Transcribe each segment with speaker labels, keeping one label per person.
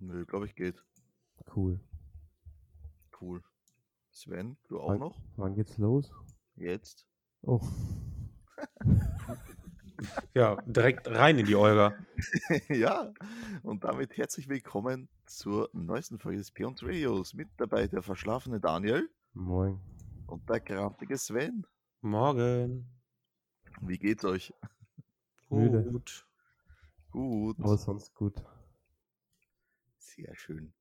Speaker 1: Nö, glaube ich geht.
Speaker 2: Cool.
Speaker 1: Cool. Sven, du auch
Speaker 2: Hi.
Speaker 1: noch?
Speaker 2: Wann geht's los?
Speaker 1: Jetzt?
Speaker 2: Oh,
Speaker 3: Ja, direkt rein in die Olga.
Speaker 1: ja, und damit herzlich willkommen zur neuesten Folge des Pions Radios. Mit dabei der verschlafene Daniel
Speaker 2: moin.
Speaker 1: und der krantige Sven.
Speaker 3: Morgen.
Speaker 1: Wie geht's euch?
Speaker 2: Müde.
Speaker 3: Gut.
Speaker 1: Gut.
Speaker 2: Aber sonst gut.
Speaker 1: Sehr schön.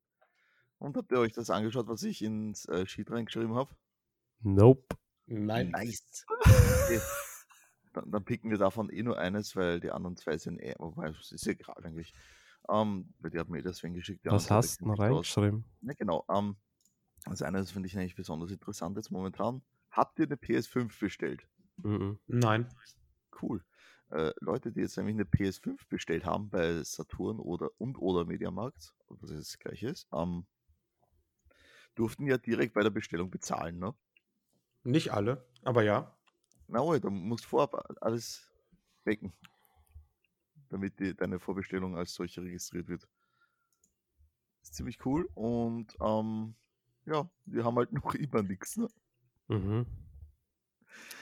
Speaker 1: Und habt ihr euch das angeschaut, was ich ins äh, Sheet reingeschrieben habe?
Speaker 2: Nope.
Speaker 3: Nein.
Speaker 1: Nice. Okay. Dann, dann picken wir davon eh nur eines, weil die anderen zwei sind eh, wobei, es ist ja gerade eigentlich. Ähm, weil die hat mir deswegen geschickt. die
Speaker 2: Was
Speaker 1: anderen
Speaker 2: hast
Speaker 1: zwei
Speaker 2: du noch
Speaker 1: kenn ich aus.
Speaker 2: reingeschrieben?
Speaker 1: Ja, genau. Ähm, das eine, das finde ich eigentlich besonders interessant jetzt momentan. Habt ihr eine PS5 bestellt?
Speaker 2: Mhm.
Speaker 3: Nein.
Speaker 1: Cool. Äh, Leute, die jetzt nämlich eine PS5 bestellt haben bei Saturn oder und oder Mediamarkt, was jetzt das gleiche ist, ähm, durften ja direkt bei der Bestellung bezahlen, ne?
Speaker 3: Nicht alle, aber ja.
Speaker 1: Na, oh, du musst vorab alles wecken, damit die, deine Vorbestellung als solche registriert wird. Ist ziemlich cool und ähm, ja, wir haben halt noch immer nichts. Ne?
Speaker 2: Mhm.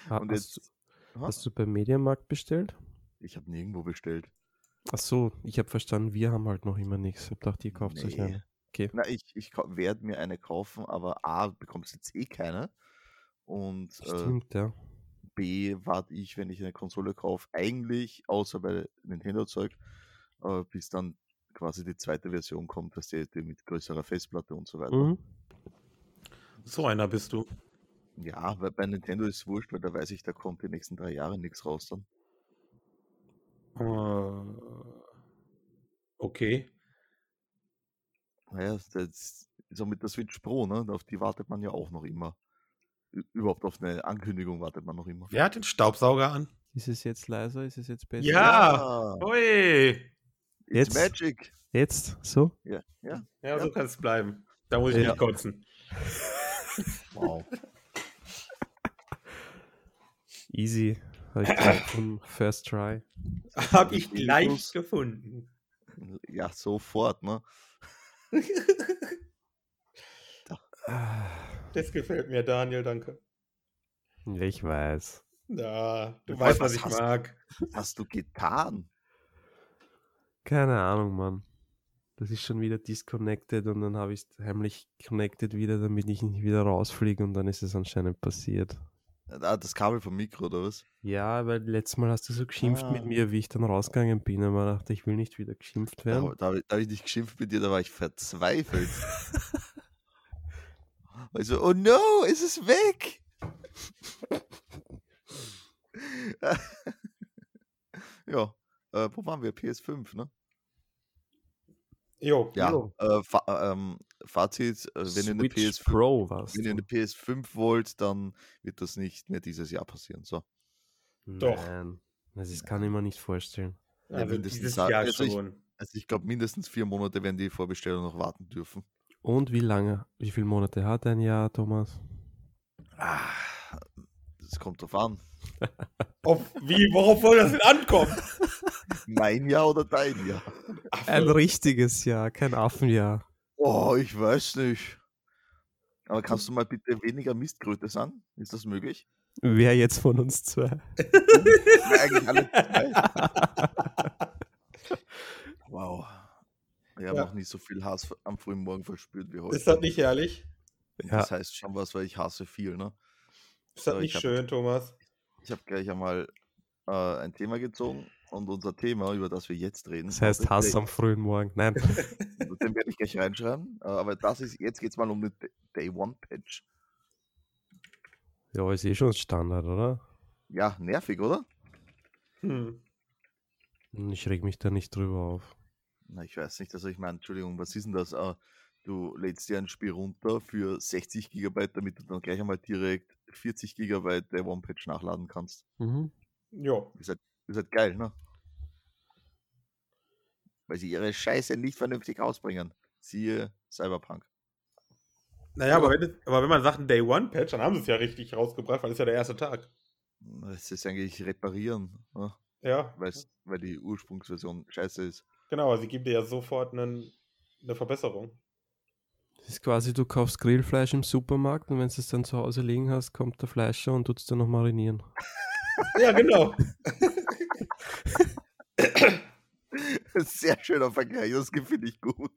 Speaker 2: Ha,
Speaker 1: Und
Speaker 2: Ah, hast,
Speaker 1: jetzt-
Speaker 2: du-
Speaker 1: Ha?
Speaker 2: hast du beim Mediamarkt bestellt?
Speaker 1: Ich habe nirgendwo bestellt.
Speaker 2: Ach so, ich habe verstanden, wir haben halt noch immer nichts. Ich hab gedacht, ihr kauft euch
Speaker 1: Nee.
Speaker 2: eine. Okay.
Speaker 1: Na, ich, ich werde mir eine kaufen, aber A, bekommst jetzt eh keine. Und äh,
Speaker 2: Stimmt, ja.
Speaker 1: B, warte ich, wenn ich eine Konsole kaufe, eigentlich, außer bei Nintendo-Zeug, äh, bis dann quasi die zweite Version kommt, dass die, die mit größerer Festplatte und so weiter.
Speaker 2: Mhm.
Speaker 3: So einer bist du.
Speaker 2: Mhm.
Speaker 1: Ja, weil bei Nintendo ist wurscht, weil da weiß ich, da kommt die nächsten drei Jahre nichts raus dann.
Speaker 3: Äh, okay.
Speaker 1: Naja, das ist auch mit der Switch Pro, ne? Auf die wartet man ja auch noch immer. Ü- Überhaupt auf eine Ankündigung wartet man noch immer.
Speaker 3: Wer hat den Staubsauger an?
Speaker 2: Ist es jetzt leiser? Ist es jetzt besser?
Speaker 3: Ja! Ui!
Speaker 1: Ah, It's
Speaker 2: Jetzt-
Speaker 1: Magic!
Speaker 2: Jetzt? So?
Speaker 1: Ja, ja.
Speaker 3: Ja, so kann es bleiben. Da muss ich
Speaker 2: Ja.
Speaker 3: nicht kotzen.
Speaker 1: Wow.
Speaker 2: Easy. Hab ich gleich gefunden. First try.
Speaker 3: Hab ich
Speaker 1: Windows.
Speaker 3: gleich gefunden.
Speaker 1: Ja, sofort, ne?
Speaker 2: Ah,
Speaker 3: Das gefällt mir, Daniel, danke.
Speaker 2: Ich weiß.
Speaker 3: Ja, du
Speaker 1: Was
Speaker 3: weißt, was ich
Speaker 1: hast du?
Speaker 3: mag.
Speaker 1: Was hast du getan?
Speaker 2: Keine Ahnung, Mann. Das ist schon wieder disconnected und dann habe ich es heimlich connected wieder, damit ich nicht wieder rausfliege und dann ist es anscheinend passiert.
Speaker 1: Ah, das Kabel vom Mikro, oder was?
Speaker 2: Ja, weil letztes Mal hast du so geschimpft
Speaker 1: Ah.
Speaker 2: mit mir, wie ich dann rausgegangen bin. Aber ich dachte, ich will nicht wieder geschimpft
Speaker 1: Da,
Speaker 2: werden.
Speaker 1: hab- da, hab ich- da habe ich nicht geschimpft mit dir, da war ich verzweifelt. also, oh no, ist es weg? ja, äh, wo waren wir? PS5, ne?
Speaker 3: Jo.
Speaker 1: Ja.
Speaker 2: Jo.
Speaker 1: Äh, fa ähm, Fazit, äh, wenn ihr eine
Speaker 2: Switch
Speaker 1: PS5
Speaker 2: Pro warst
Speaker 1: wenn ihr eine
Speaker 2: du.
Speaker 1: PS5 wollt, dann wird das nicht mehr dieses Jahr passieren. So.
Speaker 3: Doch.
Speaker 2: Nein, das ist, kann ich mir nicht vorstellen.
Speaker 3: Also
Speaker 1: mindestens
Speaker 3: dieses
Speaker 1: sagen-
Speaker 3: Jahr
Speaker 1: also ich-
Speaker 3: schon.
Speaker 1: Also ich glaube, mindestens vier Monate werden die Vorbestellungen noch warten dürfen.
Speaker 2: Und wie lange, wie viele Monate hat ein Jahr, Thomas?
Speaker 1: Ah, das kommt drauf an.
Speaker 3: Auf, wie, worauf soll das denn ankommen?
Speaker 1: Mein Jahr oder dein Jahr?
Speaker 2: Ein
Speaker 1: Äh.
Speaker 2: richtiges Jahr, kein Affenjahr.
Speaker 1: Oh, ich weiß nicht. Aber kannst du mal bitte weniger Mistkröte sagen? Ist das möglich?
Speaker 2: Wer jetzt von uns zwei?
Speaker 1: Nein, eigentlich alle zwei. Wow. Wir haben
Speaker 3: Ja.
Speaker 1: noch nicht so viel Hass am frühen Morgen verspürt wie heute.
Speaker 3: Ist das nicht herrlich?
Speaker 1: Das heißt schon was, weil ich hasse viel, ne?
Speaker 3: Ist das
Speaker 1: Ja, ich
Speaker 3: nicht
Speaker 1: hab-
Speaker 3: schön, Thomas?
Speaker 1: Ich habe gleich einmal äh, ein Thema gezogen und unser Thema, über das wir jetzt reden,
Speaker 2: Das heißt
Speaker 1: äh,
Speaker 2: Hass am frühen Morgen. Nein,
Speaker 1: den werde ich gleich reinschreiben. Äh, aber das ist, jetzt geht es mal um den D- Day One Patch.
Speaker 2: ja, ist eh schon Standard, oder?
Speaker 1: Ja, nervig, oder?
Speaker 3: Hm.
Speaker 2: Ich reg mich da nicht drüber auf.
Speaker 1: Na, ich weiß nicht, also ich meine, Entschuldigung, was ist denn das? Äh, du lädst dir ein Spiel runter für 60 Gigabyte, damit du dann gleich einmal direkt 40 Gigabyte Day One Patch nachladen kannst.
Speaker 2: Mhm.
Speaker 3: Jo.
Speaker 1: Ist halt geil, ne? Weil sie ihre Scheiße nicht vernünftig ausbringen. Siehe Cyberpunk.
Speaker 3: Naja, aber wenn, es- aber wenn man sagt, ein Day One Patch, dann haben sie es ja richtig rausgebracht, weil es ja der erste Tag.
Speaker 1: Das ist eigentlich reparieren, ne?
Speaker 3: Ja,
Speaker 1: weil's, weil die Ursprungsversion scheiße ist.
Speaker 3: genau. Sie geben dir ja sofort einen eine Verbesserung.
Speaker 2: Das ist quasi, du kaufst Grillfleisch im Supermarkt und wenn du es dann zu Hause liegen hast, kommt der Fleischer und tut es dann noch marinieren.
Speaker 3: Ja, genau.
Speaker 1: Sehr schöner Vergleich, das finde ich gut.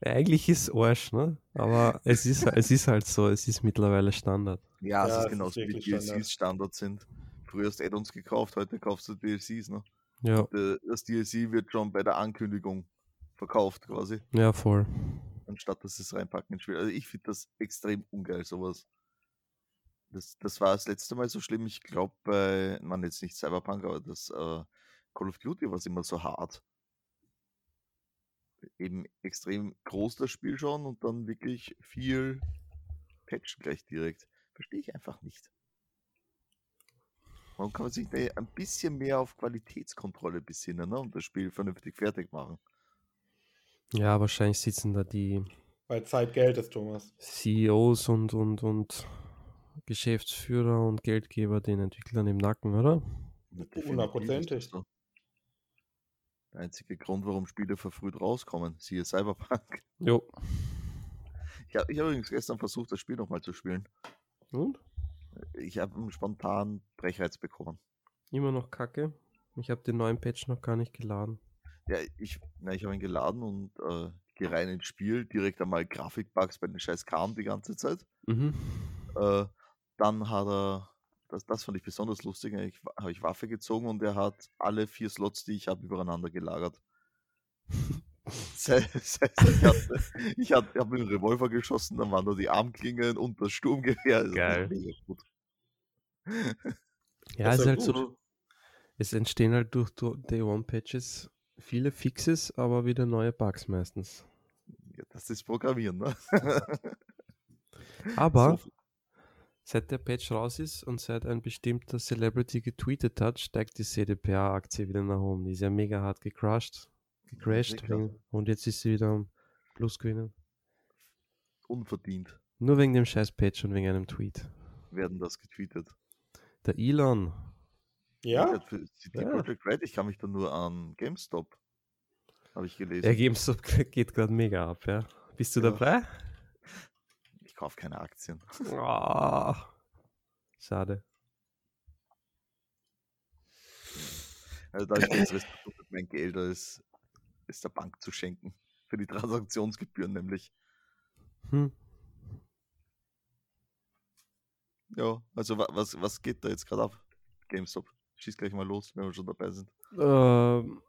Speaker 2: Eigentlich ist Arsch, ne? Aber es ist, es ist halt so, es ist mittlerweile Standard.
Speaker 1: Ja,
Speaker 3: Ja,
Speaker 1: es
Speaker 3: es
Speaker 1: ist
Speaker 3: ist
Speaker 1: genauso wie
Speaker 3: wirklich
Speaker 1: DLCs
Speaker 3: Standard.
Speaker 1: Standard sind. Früher hast du Add-ons gekauft, heute kaufst du DLCs. Ne?
Speaker 2: Ja,
Speaker 1: Der- Das DLC wird schon bei der Ankündigung verkauft quasi,
Speaker 2: ja, voll.
Speaker 1: anstatt dass sie es reinpacken ins Spiel. Also ich finde das extrem ungeil, sowas. Das, das war das letzte Mal so schlimm. Ich glaube bei, man jetzt nicht Cyberpunk, aber das äh, Call of Duty war es immer so hart. Eben extrem groß das Spiel schon und dann wirklich viel Patchen gleich direkt. Verstehe ich einfach nicht. Warum kann man sich da ein bisschen mehr auf Qualitätskontrolle besinnen ne? und das Spiel vernünftig fertig machen?
Speaker 2: Ja, wahrscheinlich sitzen da die
Speaker 3: Weil Zeit Geld ist, Thomas.
Speaker 2: CEOs und, und, und Geschäftsführer und Geldgeber den Entwicklern im Nacken, oder?
Speaker 1: Na, definitiv ist
Speaker 3: Hundertprozentig.
Speaker 1: das so. Der einzige Grund, warum Spiele verfrüht rauskommen, siehe Cyberpunk.
Speaker 2: Jo.
Speaker 1: Ich habe ich hab übrigens gestern versucht, das Spiel nochmal zu spielen.
Speaker 2: Und?
Speaker 1: Ich habe einen spontanen Brechreiz bekommen.
Speaker 2: Immer noch Kacke. Ich habe den neuen Patch noch gar nicht geladen.
Speaker 1: Ja, ich, na, ich habe ihn geladen und äh, gehe rein ins Spiel, direkt einmal Grafikbugs bei den scheiß Karten die ganze Zeit.
Speaker 2: Mhm.
Speaker 1: Äh, dann hat er, das, das fand ich besonders lustig, ne, ich, habe ich Waffe gezogen und er hat alle vier Slots, die ich habe, übereinander gelagert. Se- se- se- ich hatte, ich hatte, ich habe mit dem Revolver geschossen, dann waren da die Armklingen und das Sturmgewehr. Also das war
Speaker 2: Geil.
Speaker 1: mega gut.
Speaker 2: Ja,
Speaker 3: Das
Speaker 2: ist
Speaker 3: ist ja
Speaker 2: halt
Speaker 3: gut.
Speaker 2: so. Es entstehen halt durch Do- Day One Patches viele Fixes, aber wieder neue Bugs meistens.
Speaker 1: Ja, das ist Programmieren, ne?
Speaker 2: Aber
Speaker 1: So,
Speaker 2: seit der Patch raus ist und seit ein bestimmter Celebrity getweetet hat, steigt die CDPA-Aktie wieder nach oben. Die ist ja mega hart gecrashed. Gecrashed.
Speaker 1: Sicher.
Speaker 2: wegen- Und jetzt ist sie wieder am Plus gewinnen.
Speaker 1: unverdient
Speaker 2: Nur wegen dem scheiß Patch und wegen einem Tweet.
Speaker 1: werden das getweetet.
Speaker 2: Der Elon.
Speaker 1: Der
Speaker 3: Ja?
Speaker 1: hat für CD
Speaker 2: Ja.
Speaker 1: Projekt Red, ich kann mich da nur an GameStop, habe ich gelesen.
Speaker 2: Der GameStop geht gerade mega ab, ja. Bist du
Speaker 1: Ja.
Speaker 2: dabei?
Speaker 1: Ich kaufe keine Aktien.
Speaker 2: Ah. Schade.
Speaker 1: Also da ist besseres Produkt, mein Geld ist, ist der Bank zu schenken. Für die Transaktionsgebühren nämlich.
Speaker 2: Hm.
Speaker 1: Ja, also wa- was, was geht da jetzt gerade ab? GameStop. Schieß gleich mal los, wenn wir schon dabei sind.
Speaker 2: Ähm,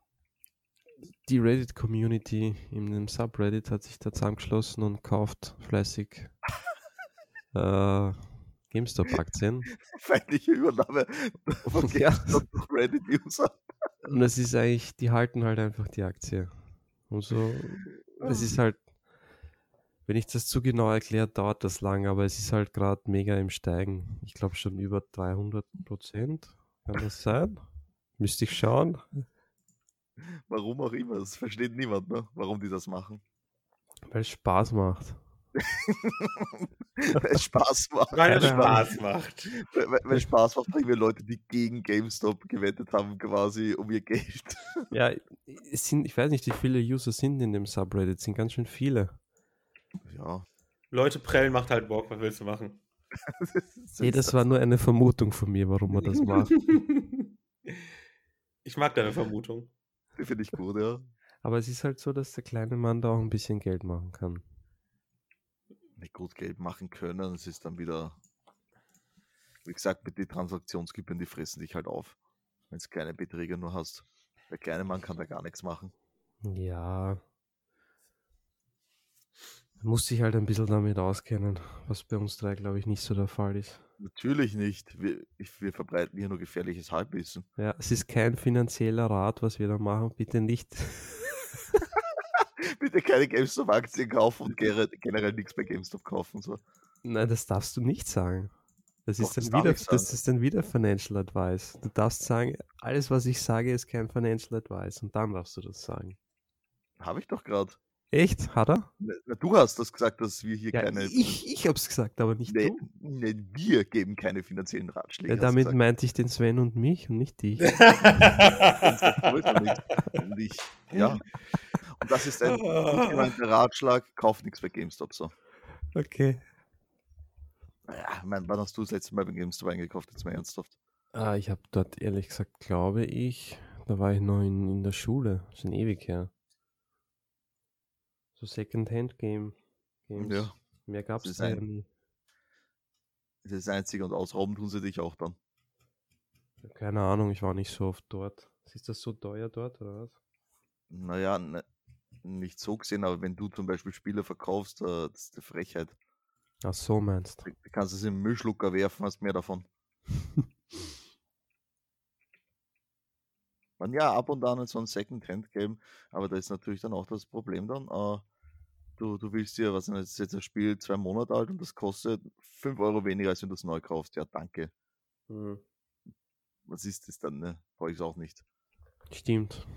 Speaker 2: die Reddit-Community in dem Subreddit hat sich da zusammengeschlossen und kauft fleißig äh, GameStop-Aktien.
Speaker 1: Feindliche Übernahme von
Speaker 2: Ja.
Speaker 1: GameStop durch Reddit-User.
Speaker 2: Und es ist eigentlich, die halten halt einfach die Aktie. Und so, es ist halt, wenn ich das zu genau erkläre, dauert das lang, aber es ist halt gerade mega im Steigen. Ich glaube schon über 300 Prozent. Kann das sein? Müsste ich schauen.
Speaker 1: Warum auch immer, das versteht niemand, ne? warum die das machen.
Speaker 2: Weil es Spaß macht.
Speaker 1: Weil es Spaß macht.
Speaker 3: Weil es
Speaker 2: Keine Ahnung.
Speaker 3: Spaß macht.
Speaker 1: Weil, weil- weil Spaß macht, bringen wir Leute, die gegen GameStop gewettet haben, quasi um ihr Geld.
Speaker 2: Ja, es sind, ich weiß nicht, wie viele User sind in dem Subreddit, sind ganz schön viele.
Speaker 1: Ja.
Speaker 3: Leute prellen macht halt Bock, was willst du machen?
Speaker 2: Nee, das war nur eine Vermutung von mir, warum man das macht.
Speaker 3: Ich mag deine Vermutung.
Speaker 1: Die Finde ich gut, ja.
Speaker 2: Aber es ist halt so, dass der kleine Mann da auch ein bisschen Geld machen kann.
Speaker 1: nicht gut Geld machen können. Es ist dann wieder, wie gesagt, mit den Transaktionsgebühren, die fressen dich halt auf, wenn du kleine Beträge nur hast. Der kleine Mann kann da gar nichts machen.
Speaker 2: Ja. Muss sich halt ein bisschen damit auskennen, was bei uns drei, glaube ich, nicht so der Fall ist.
Speaker 1: Natürlich nicht. Wir, ich, wir verbreiten hier nur gefährliches Halbwissen.
Speaker 2: Ja, es ist kein finanzieller Rat, was wir da machen. Bitte nicht.
Speaker 1: Bitte keine GameStop-Aktien kaufen und gere- generell nichts bei GameStop kaufen. So.
Speaker 2: Nein, das darfst du nicht sagen. Das,
Speaker 1: Doch,
Speaker 2: ist dann,
Speaker 1: das darf
Speaker 2: wieder,
Speaker 1: ich sagen.
Speaker 2: das ist dann wieder Financial Advice. Du darfst sagen, alles, was ich sage, ist kein Financial Advice. Und dann darfst du das sagen.
Speaker 1: Habe ich doch gerade.
Speaker 2: Echt? Hat er?
Speaker 1: Du hast das gesagt, dass wir hier
Speaker 2: Ja,
Speaker 1: keine.
Speaker 2: ich, ich hab's gesagt, aber nicht
Speaker 1: nee,
Speaker 2: du.
Speaker 1: nee, wir geben keine finanziellen Ratschläge.
Speaker 2: Ja,
Speaker 1: hast du
Speaker 2: damit
Speaker 1: gesagt.
Speaker 2: meinte ich den Sven und mich und nicht dich.
Speaker 1: Das wollte man nicht. Und ich, ja. Und das ist ein gut gemeinter Ratschlag, kauf nichts bei GameStop so.
Speaker 2: Okay.
Speaker 1: Naja, mein, wann hast du das letzte Mal bei GameStop eingekauft? Jetzt mal ernsthaft.
Speaker 2: Ah, ich habe dort ehrlich gesagt, glaube ich, da war ich noch in, in der Schule. Schon ewig her. So Second-Hand-Game. Games.
Speaker 1: Ja.
Speaker 2: Mehr gab
Speaker 1: Das
Speaker 2: es
Speaker 1: ist
Speaker 2: da ja
Speaker 1: ein-
Speaker 2: nie.
Speaker 1: Das ist das Einzige und ausrauben tun sie dich auch dann.
Speaker 2: Keine Ahnung, ich war nicht so oft dort. Ist das so teuer dort oder was?
Speaker 1: Naja, ne, nicht so gesehen, aber wenn du zum Beispiel Spiele verkaufst, äh, das ist eine Frechheit.
Speaker 2: Ach so, meinst du?
Speaker 1: Du kannst es in den Müllschlucker werfen, hast mehr davon. Man ja ab und an in so ein Second-Hand-Game, aber da ist natürlich dann auch das Problem dann, äh, du, du willst dir, was ist denn jetzt- jetzt ein Spiel zwei Monate alt und das kostet 5 Euro weniger, als wenn du es neu kaufst. Ja, danke.
Speaker 3: Hm.
Speaker 1: Was ist das dann, ne? Brauche ich es auch nicht.
Speaker 2: Stimmt.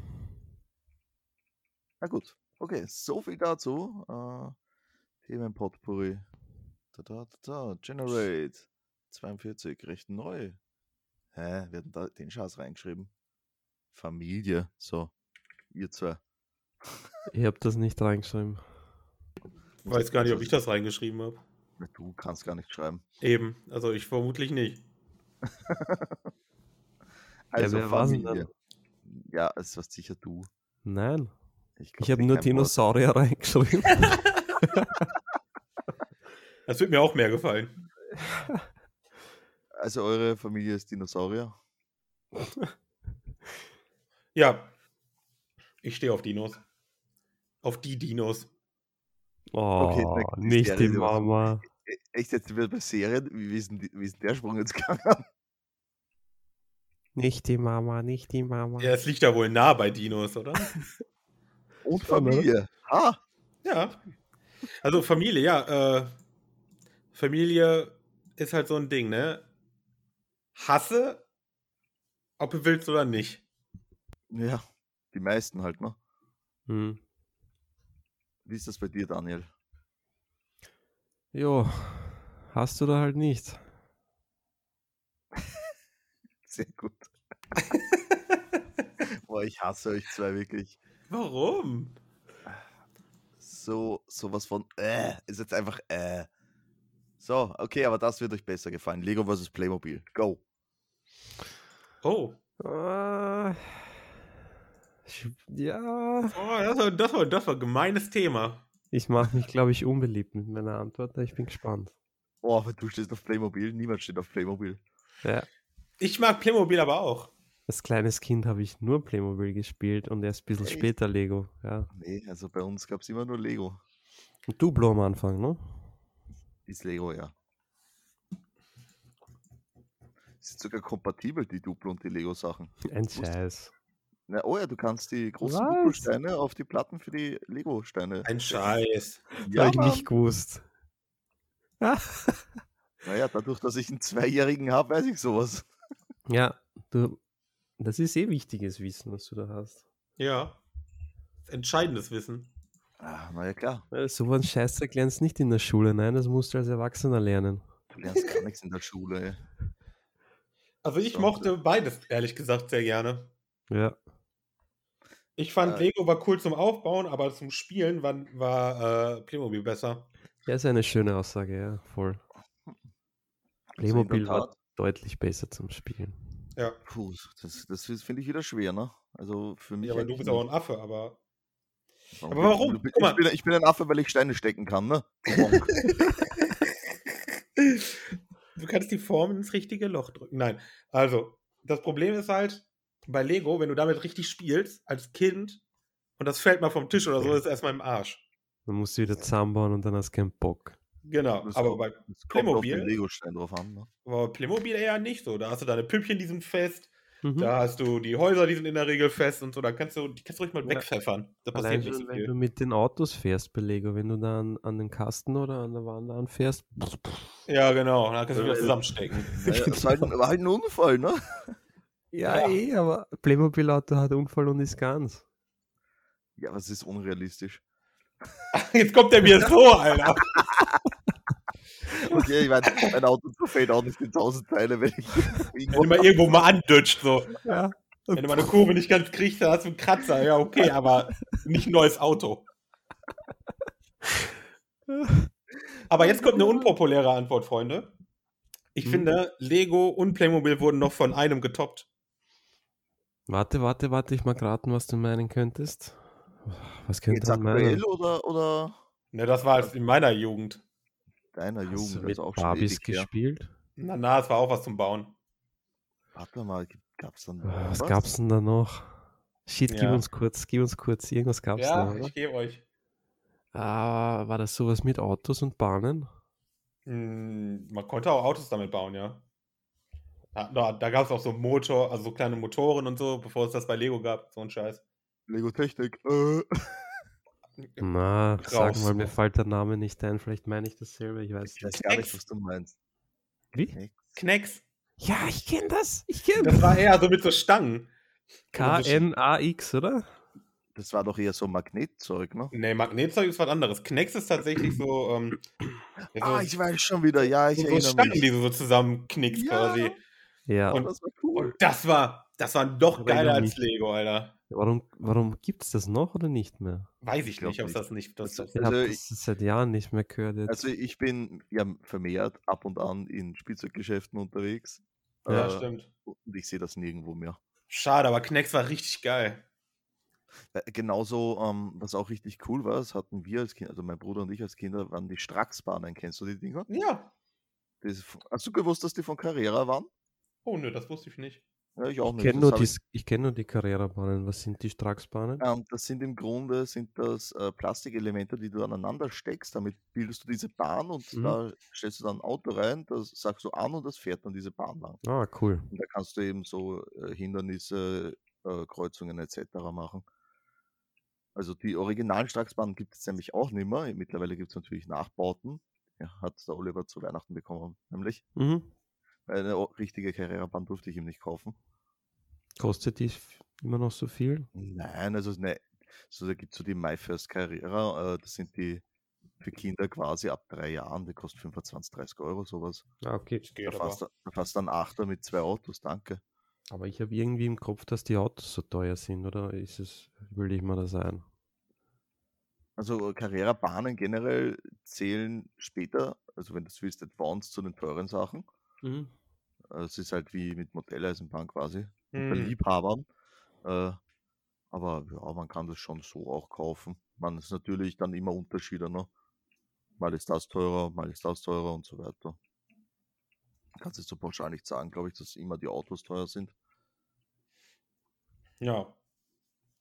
Speaker 1: Na gut, okay, so viel dazu. Äh, Themenpotpourri. Da, da, da, da. Generate 42, recht neu. Hä, wir hatten da den Schatz reingeschrieben. Familie, so. Ihr zwei.
Speaker 2: Ich habe das nicht reingeschrieben.
Speaker 3: Ich weiß gar nicht, ob ich das reingeschrieben habe.
Speaker 1: Na, Also Du kannst gar nicht schreiben.
Speaker 3: Eben, also ich vermutlich nicht.
Speaker 1: Also
Speaker 2: wer war's denn
Speaker 1: Familie. Ja, es warst sicher du.
Speaker 2: Nein,
Speaker 1: glaub,
Speaker 2: ich habe
Speaker 1: dir
Speaker 2: nur
Speaker 1: kein Wort.
Speaker 2: Dinosaurier reingeschrieben.
Speaker 3: Das wird mir auch mehr gefallen.
Speaker 1: Also eure Familie ist Dinosaurier.
Speaker 3: Ja. Ich stehe auf Dinos. Auf die Dinos.
Speaker 2: Oh,
Speaker 1: Okay, weg ist die
Speaker 2: nicht die
Speaker 1: Serie, was-
Speaker 2: Mama.
Speaker 1: E- Echt, jetzt sind wir bei Serien. Wie ist denn, die- wie ist denn der Sprung jetzt gegangen?
Speaker 2: Nicht die Mama, nicht die Mama.
Speaker 3: Ja, es liegt ja wohl nah bei Dinos, oder?
Speaker 1: Und
Speaker 2: Schon, oder?
Speaker 1: Familie. Ha!
Speaker 3: Ja. Also Familie, ja. Äh, Familie ist halt so ein Ding, ne? Hasse, ob du willst oder nicht.
Speaker 1: Ja, die meisten halt, ne?
Speaker 2: Hm.
Speaker 1: Wie ist das bei dir, Daniel?
Speaker 2: Jo, hast du da halt nicht.
Speaker 1: Sehr gut. Boah, ich hasse euch zwei wirklich.
Speaker 3: Warum?
Speaker 1: So, sowas von äh, ist jetzt einfach äh. So, okay, aber das wird euch besser gefallen. Lego vs. Playmobil. Go.
Speaker 3: Oh.
Speaker 2: Ah, sch- ja,
Speaker 3: Oh, das war, das war, das war ein gemeines Thema.
Speaker 2: ich mache mich, glaube ich, unbeliebt mit meiner Antwort. aber Ich bin gespannt.
Speaker 1: Oh, aber du stehst auf Playmobil. Niemand steht auf Playmobil.
Speaker 2: Ja.
Speaker 3: Ich mag Playmobil aber auch.
Speaker 2: Als kleines Kind habe ich nur Playmobil gespielt und erst ein bisschen
Speaker 1: Echt?
Speaker 2: später Lego. Ja.
Speaker 1: Nee, also bei uns gab es immer nur Lego.
Speaker 2: Und Duplo am Anfang, ne?
Speaker 1: Ist Lego, ja. Sind sogar kompatibel, die Duplo und die Lego-Sachen.
Speaker 2: Ein
Speaker 1: Wusste-
Speaker 2: Scheiß.
Speaker 1: Na, oh ja, du kannst die großen
Speaker 2: Was?
Speaker 1: Duplo-Steine auf die Platten für die Lego-Steine.
Speaker 3: Ein Scheiß.
Speaker 2: Ja, habe ich nicht gewusst.
Speaker 1: Naja, dadurch, dass ich einen Zweijährigen habe, weiß ich sowas.
Speaker 2: Ja, du, das ist eh wichtiges Wissen, was du da hast.
Speaker 3: Ja. Entscheidendes Wissen.
Speaker 1: Ah, naja, klar.
Speaker 2: Äh, So einen Scheißdreck lernst du nicht in der Schule, nein, das musst du als Erwachsener lernen.
Speaker 1: Du lernst gar nichts in der Schule. Ey.
Speaker 3: Also ich
Speaker 1: So.
Speaker 3: mochte beides, ehrlich gesagt, sehr gerne.
Speaker 2: Ja.
Speaker 3: Ich fand,
Speaker 1: Äh.
Speaker 3: Lego war cool zum Aufbauen, aber zum Spielen war, war äh, Playmobil besser.
Speaker 2: Ja, ist eine schöne Aussage, ja, voll.
Speaker 1: Also in
Speaker 2: Playmobil
Speaker 1: der
Speaker 2: war
Speaker 1: Tat,
Speaker 2: deutlich besser zum Spielen.
Speaker 3: Ja.
Speaker 1: Puh, das, das ist- finde ich wieder schwer, ne? Also für mich.
Speaker 3: Ja, aber du
Speaker 1: eigentlich
Speaker 3: bist auch ein
Speaker 1: nicht.
Speaker 3: Affe, aber.
Speaker 1: Warum
Speaker 3: Aber
Speaker 1: bin-
Speaker 3: warum?
Speaker 1: Ich bin,
Speaker 3: Guck mal.
Speaker 1: ich, bin, ich bin ein Affe, weil ich Steine stecken kann, ne? Du Honk.
Speaker 3: Du kannst die Form ins richtige Loch drücken. Nein. Also, das Problem ist halt, bei Lego, wenn du damit richtig spielst, als Kind, und das fällt mal vom Tisch oder so, ist erstmal im Arsch.
Speaker 2: Dann musst du wieder zusammenbauen und dann hast du keinen Bock.
Speaker 3: Genau.
Speaker 1: Das
Speaker 3: aber
Speaker 1: kommt-
Speaker 3: bei
Speaker 1: Das kommt auf
Speaker 3: Playmobil?
Speaker 1: den Lego-Stein drauf an, ne?
Speaker 3: aber Playmobil eher nicht so. Da hast du deine Püppchen, die sind fest,
Speaker 2: Mhm.
Speaker 3: da hast du die Häuser, die sind in der Regel fest und so. Da kannst du, die kannst du ruhig mal
Speaker 2: Ja.
Speaker 3: wegpfeffern. Da passiert
Speaker 2: Allein
Speaker 3: nicht so
Speaker 2: schon, wenn du
Speaker 3: viel.
Speaker 2: mit den Autos fährst bei Lego, wenn du da an, an den Kasten oder an der Wand anfährst,
Speaker 3: Ja, genau. Da kannst du wieder
Speaker 1: Äh,
Speaker 3: zusammenstecken.
Speaker 1: Naja, das war halt, ein- war halt ein Unfall, ne?
Speaker 2: Ja,
Speaker 3: Ja.
Speaker 2: eh, aber Playmobil-Auto hat Unfall und ist ganz.
Speaker 1: Ja, aber es ist unrealistisch.
Speaker 3: Jetzt kommt der mir so, Alter.
Speaker 1: Okay, ich meine, mein Auto zerfällt auch nicht in tausend Teile, wenn ich.
Speaker 3: Wenn du mal irgendwo mal andütscht, so.
Speaker 2: Ja.
Speaker 3: Wenn du mal eine Kurve nicht ganz kriegst, dann hast du einen Kratzer. Ja, okay, aber nicht ein neues Auto. Aber jetzt kommt eine unpopuläre Antwort, Freunde. Ich
Speaker 2: Hm.
Speaker 3: finde, Lego und Playmobil wurden noch von einem getoppt.
Speaker 2: Warte, warte, warte, ich mag raten, was du meinen könntest. Was könnte
Speaker 1: Jetzt
Speaker 2: man meinen?
Speaker 1: aktuell oder, oder
Speaker 3: Ne, das war als in meiner Jugend.
Speaker 1: deiner
Speaker 2: Hast du
Speaker 1: Jugend?
Speaker 2: mit
Speaker 1: Also auch schon
Speaker 2: Barbies
Speaker 1: ewig her.
Speaker 2: gespielt?
Speaker 3: Na, na, es war auch was zum Bauen.
Speaker 1: Warte mal, gab es dann.
Speaker 2: Ah, Was, gab's denn da noch? Shit, gib
Speaker 3: Ja.
Speaker 2: uns kurz, gib uns kurz, irgendwas gab's
Speaker 3: ja,
Speaker 2: da, oder?
Speaker 3: ich gebe euch.
Speaker 2: Ah, war das sowas mit Autos und Bahnen?
Speaker 3: Hm, man konnte auch Autos damit bauen, ja. Da, da, da gab es auch so Motor, also so kleine Motoren und so, bevor es das bei Lego gab, so ein Scheiß.
Speaker 1: Lego Technik. Äh. Hm.
Speaker 2: Na, sag
Speaker 3: Raus.
Speaker 2: mal, mir fällt der Name nicht ein. Vielleicht meine ich dasselbe, ich weiß
Speaker 1: Ich
Speaker 2: nicht.
Speaker 1: weiß gar nicht, was du meinst.
Speaker 2: Wie?
Speaker 3: Knacks.
Speaker 2: Ja, ich kenne das. Ich kenne
Speaker 3: Das war eher so mit so Stangen.
Speaker 2: K-N-A-X, oder?
Speaker 1: Das war doch eher so Magnetzeug, ne?
Speaker 3: Nee, Magnetzeug ist was anderes. Knacks ist tatsächlich so. Ähm, ja, so
Speaker 1: Ah, ich weiß schon wieder. Ja, ich
Speaker 3: so, so
Speaker 1: erinnere
Speaker 3: Stangen,
Speaker 1: mich.
Speaker 3: die du so zusammenknickst
Speaker 1: Ja.
Speaker 3: quasi.
Speaker 2: Ja.
Speaker 1: Oh,
Speaker 3: Und-
Speaker 1: das war cool.
Speaker 3: Und das war, das war noch
Speaker 2: Aber
Speaker 3: geiler
Speaker 2: irgendwie nicht.
Speaker 3: als Lego, Alter.
Speaker 2: Warum, warum gibt's das noch oder nicht mehr?
Speaker 3: Weiß ich,
Speaker 1: Ich glaub
Speaker 3: nicht, ob
Speaker 1: nicht.
Speaker 3: das nicht. Das, das,
Speaker 2: Ich
Speaker 1: Also,
Speaker 2: habe
Speaker 1: ich-
Speaker 2: das seit Jahren nicht mehr gehört. Jetzt.
Speaker 1: Also ich bin ja vermehrt ab und an in Spielzeuggeschäften unterwegs.
Speaker 3: ja,
Speaker 1: äh,
Speaker 3: stimmt.
Speaker 1: Und ich sehe das nirgendwo mehr.
Speaker 3: Schade, aber Knacks war richtig geil.
Speaker 1: Äh, Genauso, ähm, was auch richtig cool war, das hatten wir als Kinder, also mein Bruder und ich als Kinder, waren die Straxbahnen. Kennst du die Dinger?
Speaker 3: Ja.
Speaker 1: Das, ist von- hast du gewusst, dass die von Carrera waren?
Speaker 3: Oh, nö, das wusste ich nicht.
Speaker 1: Ja, ich auch
Speaker 2: ich
Speaker 1: nicht.
Speaker 2: kenne
Speaker 1: Das
Speaker 2: nur,
Speaker 1: hab
Speaker 2: die S- ich kenn nur die Carrera-Bahnen. Was sind die Straxbahnen?
Speaker 1: Ähm, das sind im Grunde sind das äh, Plastikelemente, die du aneinander steckst. Damit bildest du diese Bahn und
Speaker 2: Mhm.
Speaker 1: da stellst du dann ein Auto rein, das sagst du an und das fährt dann diese Bahn lang.
Speaker 2: Ah, cool.
Speaker 1: Und da kannst du eben so äh, Hindernisse, äh, Kreuzungen etc. machen. Also die originalen Straßbahnen gibt es nämlich auch nicht mehr. Mittlerweile gibt es natürlich Nachbauten. Ja, hat der Oliver zu Weihnachten bekommen, nämlich.
Speaker 2: Mhm.
Speaker 1: Weil Eine o- richtige Carrera-Bahn durfte ich ihm nicht kaufen.
Speaker 2: Kostet die f- immer noch so viel?
Speaker 1: Nein, also ne, so, da gibt es so die My First Carrera, äh, das sind die für Kinder quasi ab drei Jahren, die kosten 25, 30 Euro, sowas.
Speaker 2: Ah, okay.
Speaker 3: Das geht
Speaker 1: Da
Speaker 3: aber.
Speaker 1: fährst, du- da fährst du einen Achter mit zwei Autos, danke.
Speaker 2: Aber ich habe irgendwie im Kopf, dass die Autos so teuer sind, oder ist es, will ich mal das ein?
Speaker 1: Also Carrera-Bahnen generell zählen später, also wenn du es willst, advanced zu den teuren Sachen. Äh, Es ist halt wie mit Modelleisenbahn quasi, bei
Speaker 3: Hm.
Speaker 1: Liebhabern. Äh, aber ja, man kann das schon so auch kaufen. Man ist natürlich dann immer Unterschiede, ne? Mal ist das teurer, mal ist das teurer und so weiter. Kannst jetzt so pauschal nicht sagen, glaube ich, dass immer die Autos teuer sind.
Speaker 3: Ja.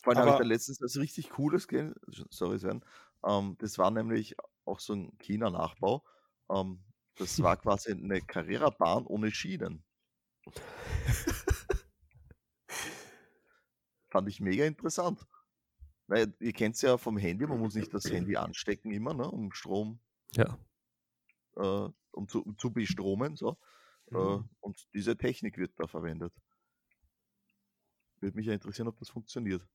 Speaker 1: Vor allem habe ich
Speaker 3: Aber-
Speaker 1: da letztens was richtig Cooles also gesehen. Sorry, Sven. Ähm, das war nämlich auch so ein China-Nachbau. Ähm, das war quasi eine Carrera-Bahn ohne Schienen. Fand ich mega interessant. Weil ihr kennt es ja vom Handy, man muss nicht das Handy anstecken immer, ne, um Strom,
Speaker 2: Ja.
Speaker 1: äh, um, zu, um zu bestromen. So. Äh,
Speaker 3: Mhm.
Speaker 1: und diese Technik wird da verwendet. Würde mich ja interessieren, ob das funktioniert.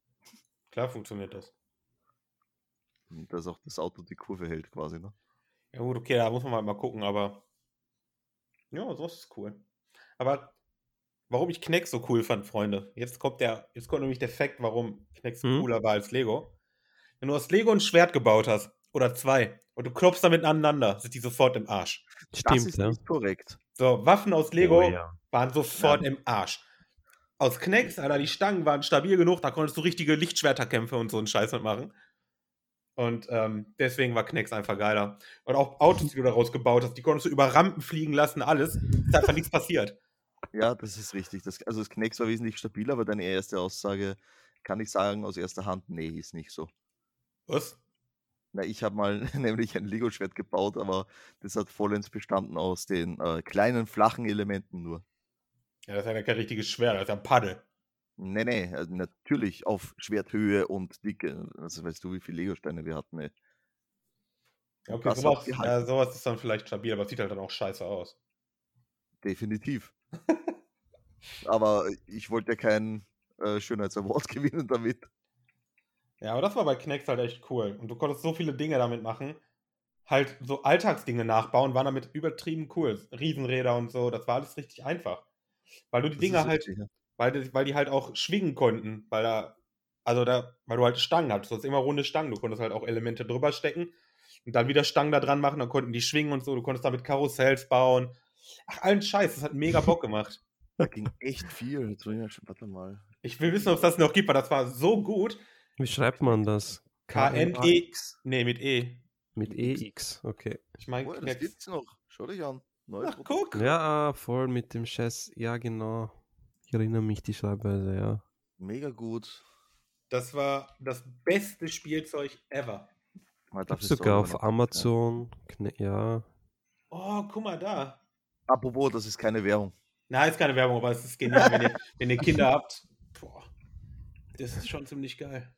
Speaker 3: Klar funktioniert das.
Speaker 1: Und dass auch das Auto die Kurve hält quasi, ne?
Speaker 3: Ja, gut, okay, da muss man halt mal gucken, aber. Ja, sowas ist cool. Aber warum ich Knacks so cool fand, Freunde. Jetzt kommt der, jetzt kommt nämlich der Fakt, warum Knacks
Speaker 2: Hm?
Speaker 3: cooler war als Lego. Wenn du aus Lego ein Schwert gebaut hast, oder zwei, und du klopfst damit aneinander, sind die sofort im Arsch.
Speaker 1: das
Speaker 2: Stimmt,
Speaker 1: ist
Speaker 2: ja.
Speaker 1: nicht korrekt.
Speaker 3: So, Waffen aus Lego
Speaker 2: Oh, ja.
Speaker 3: waren sofort im Arsch. Aus Knacks, Alter, die Stangen waren stabil genug, da konntest du richtige Lichtschwerterkämpfe und so einen Scheiß mitmachen. Und ähm, deswegen war Knacks einfach geiler. Und auch Autos, die du daraus gebaut hast, die konntest du über Rampen fliegen lassen, alles. Ist einfach nichts passiert.
Speaker 1: Ja, das ist richtig. Das, also das Knex war wesentlich stabiler, aber deine erste Aussage kann ich sagen aus erster Hand, nee, ist nicht so.
Speaker 3: Was?
Speaker 1: Na, ich habe mal nämlich ein Lego-Schwert gebaut, aber das hat vollends bestanden aus den äh, kleinen, flachen Elementen nur.
Speaker 3: Ja, das ist ja kein richtiges Schwert, das ist ja ein Paddel.
Speaker 1: Nee, nee, also natürlich auf Schwerthöhe und dicke. Also weißt du, wie viele Lego-Steine wir hatten, ey.
Speaker 3: Ja, okay,
Speaker 1: Das hat
Speaker 3: sowas,
Speaker 1: gehalten.
Speaker 3: ja, sowas ist dann vielleicht stabil, aber sieht halt dann auch scheiße aus.
Speaker 1: Definitiv. aber ich wollte ja keinen äh, Schönheits-Award gewinnen damit.
Speaker 3: Ja, aber das war bei Knacks halt echt cool. Und du konntest so viele Dinge damit machen. Halt so Alltagsdinge nachbauen, waren damit übertrieben cool. Riesenräder und so, das war alles richtig einfach. Weil du die
Speaker 1: Das
Speaker 3: Dinger
Speaker 1: ist
Speaker 3: halt,
Speaker 1: richtig, ja.
Speaker 3: weil die, weil die halt auch schwingen konnten, weil da Also da, weil du halt Stangen hattest, du hast immer runde Stangen, du konntest halt auch Elemente drüber stecken und dann wieder Stangen da dran machen, dann konnten die schwingen und so, du konntest damit Karussells bauen. Ach, allen Scheiß, das hat mega Bock gemacht.
Speaker 1: Da ging echt viel. Jetzt muss ich mal schauen, Warte mal.
Speaker 3: Ich will wissen, ob es das noch gibt, weil das war so gut.
Speaker 2: Wie schreibt man das?
Speaker 1: E
Speaker 3: KNEX. Nee, mit E.
Speaker 2: Mit EX, okay.
Speaker 3: Ich meine,
Speaker 1: Oh, das gibt's noch. Schau dich an. Neue
Speaker 3: Ach,
Speaker 1: Truppe.
Speaker 3: guck.
Speaker 2: Ja, voll mit dem Scheiß. Ja, genau. Ich erinnere mich die Schreibweise, ja.
Speaker 1: Mega gut.
Speaker 3: Das war das beste Spielzeug ever.
Speaker 1: Man darf
Speaker 2: Gibt's
Speaker 1: jetzt
Speaker 2: sogar
Speaker 1: auch
Speaker 2: auf
Speaker 1: noch-
Speaker 2: Amazon. Kne- Ja.
Speaker 3: Oh, guck mal da.
Speaker 1: Ja. Apropos, das ist keine Währung.
Speaker 3: Na, ist keine Werbung, aber es ist genial, wenn ihr, wenn ihr Kinder habt. Boah. Das ist schon ziemlich geil.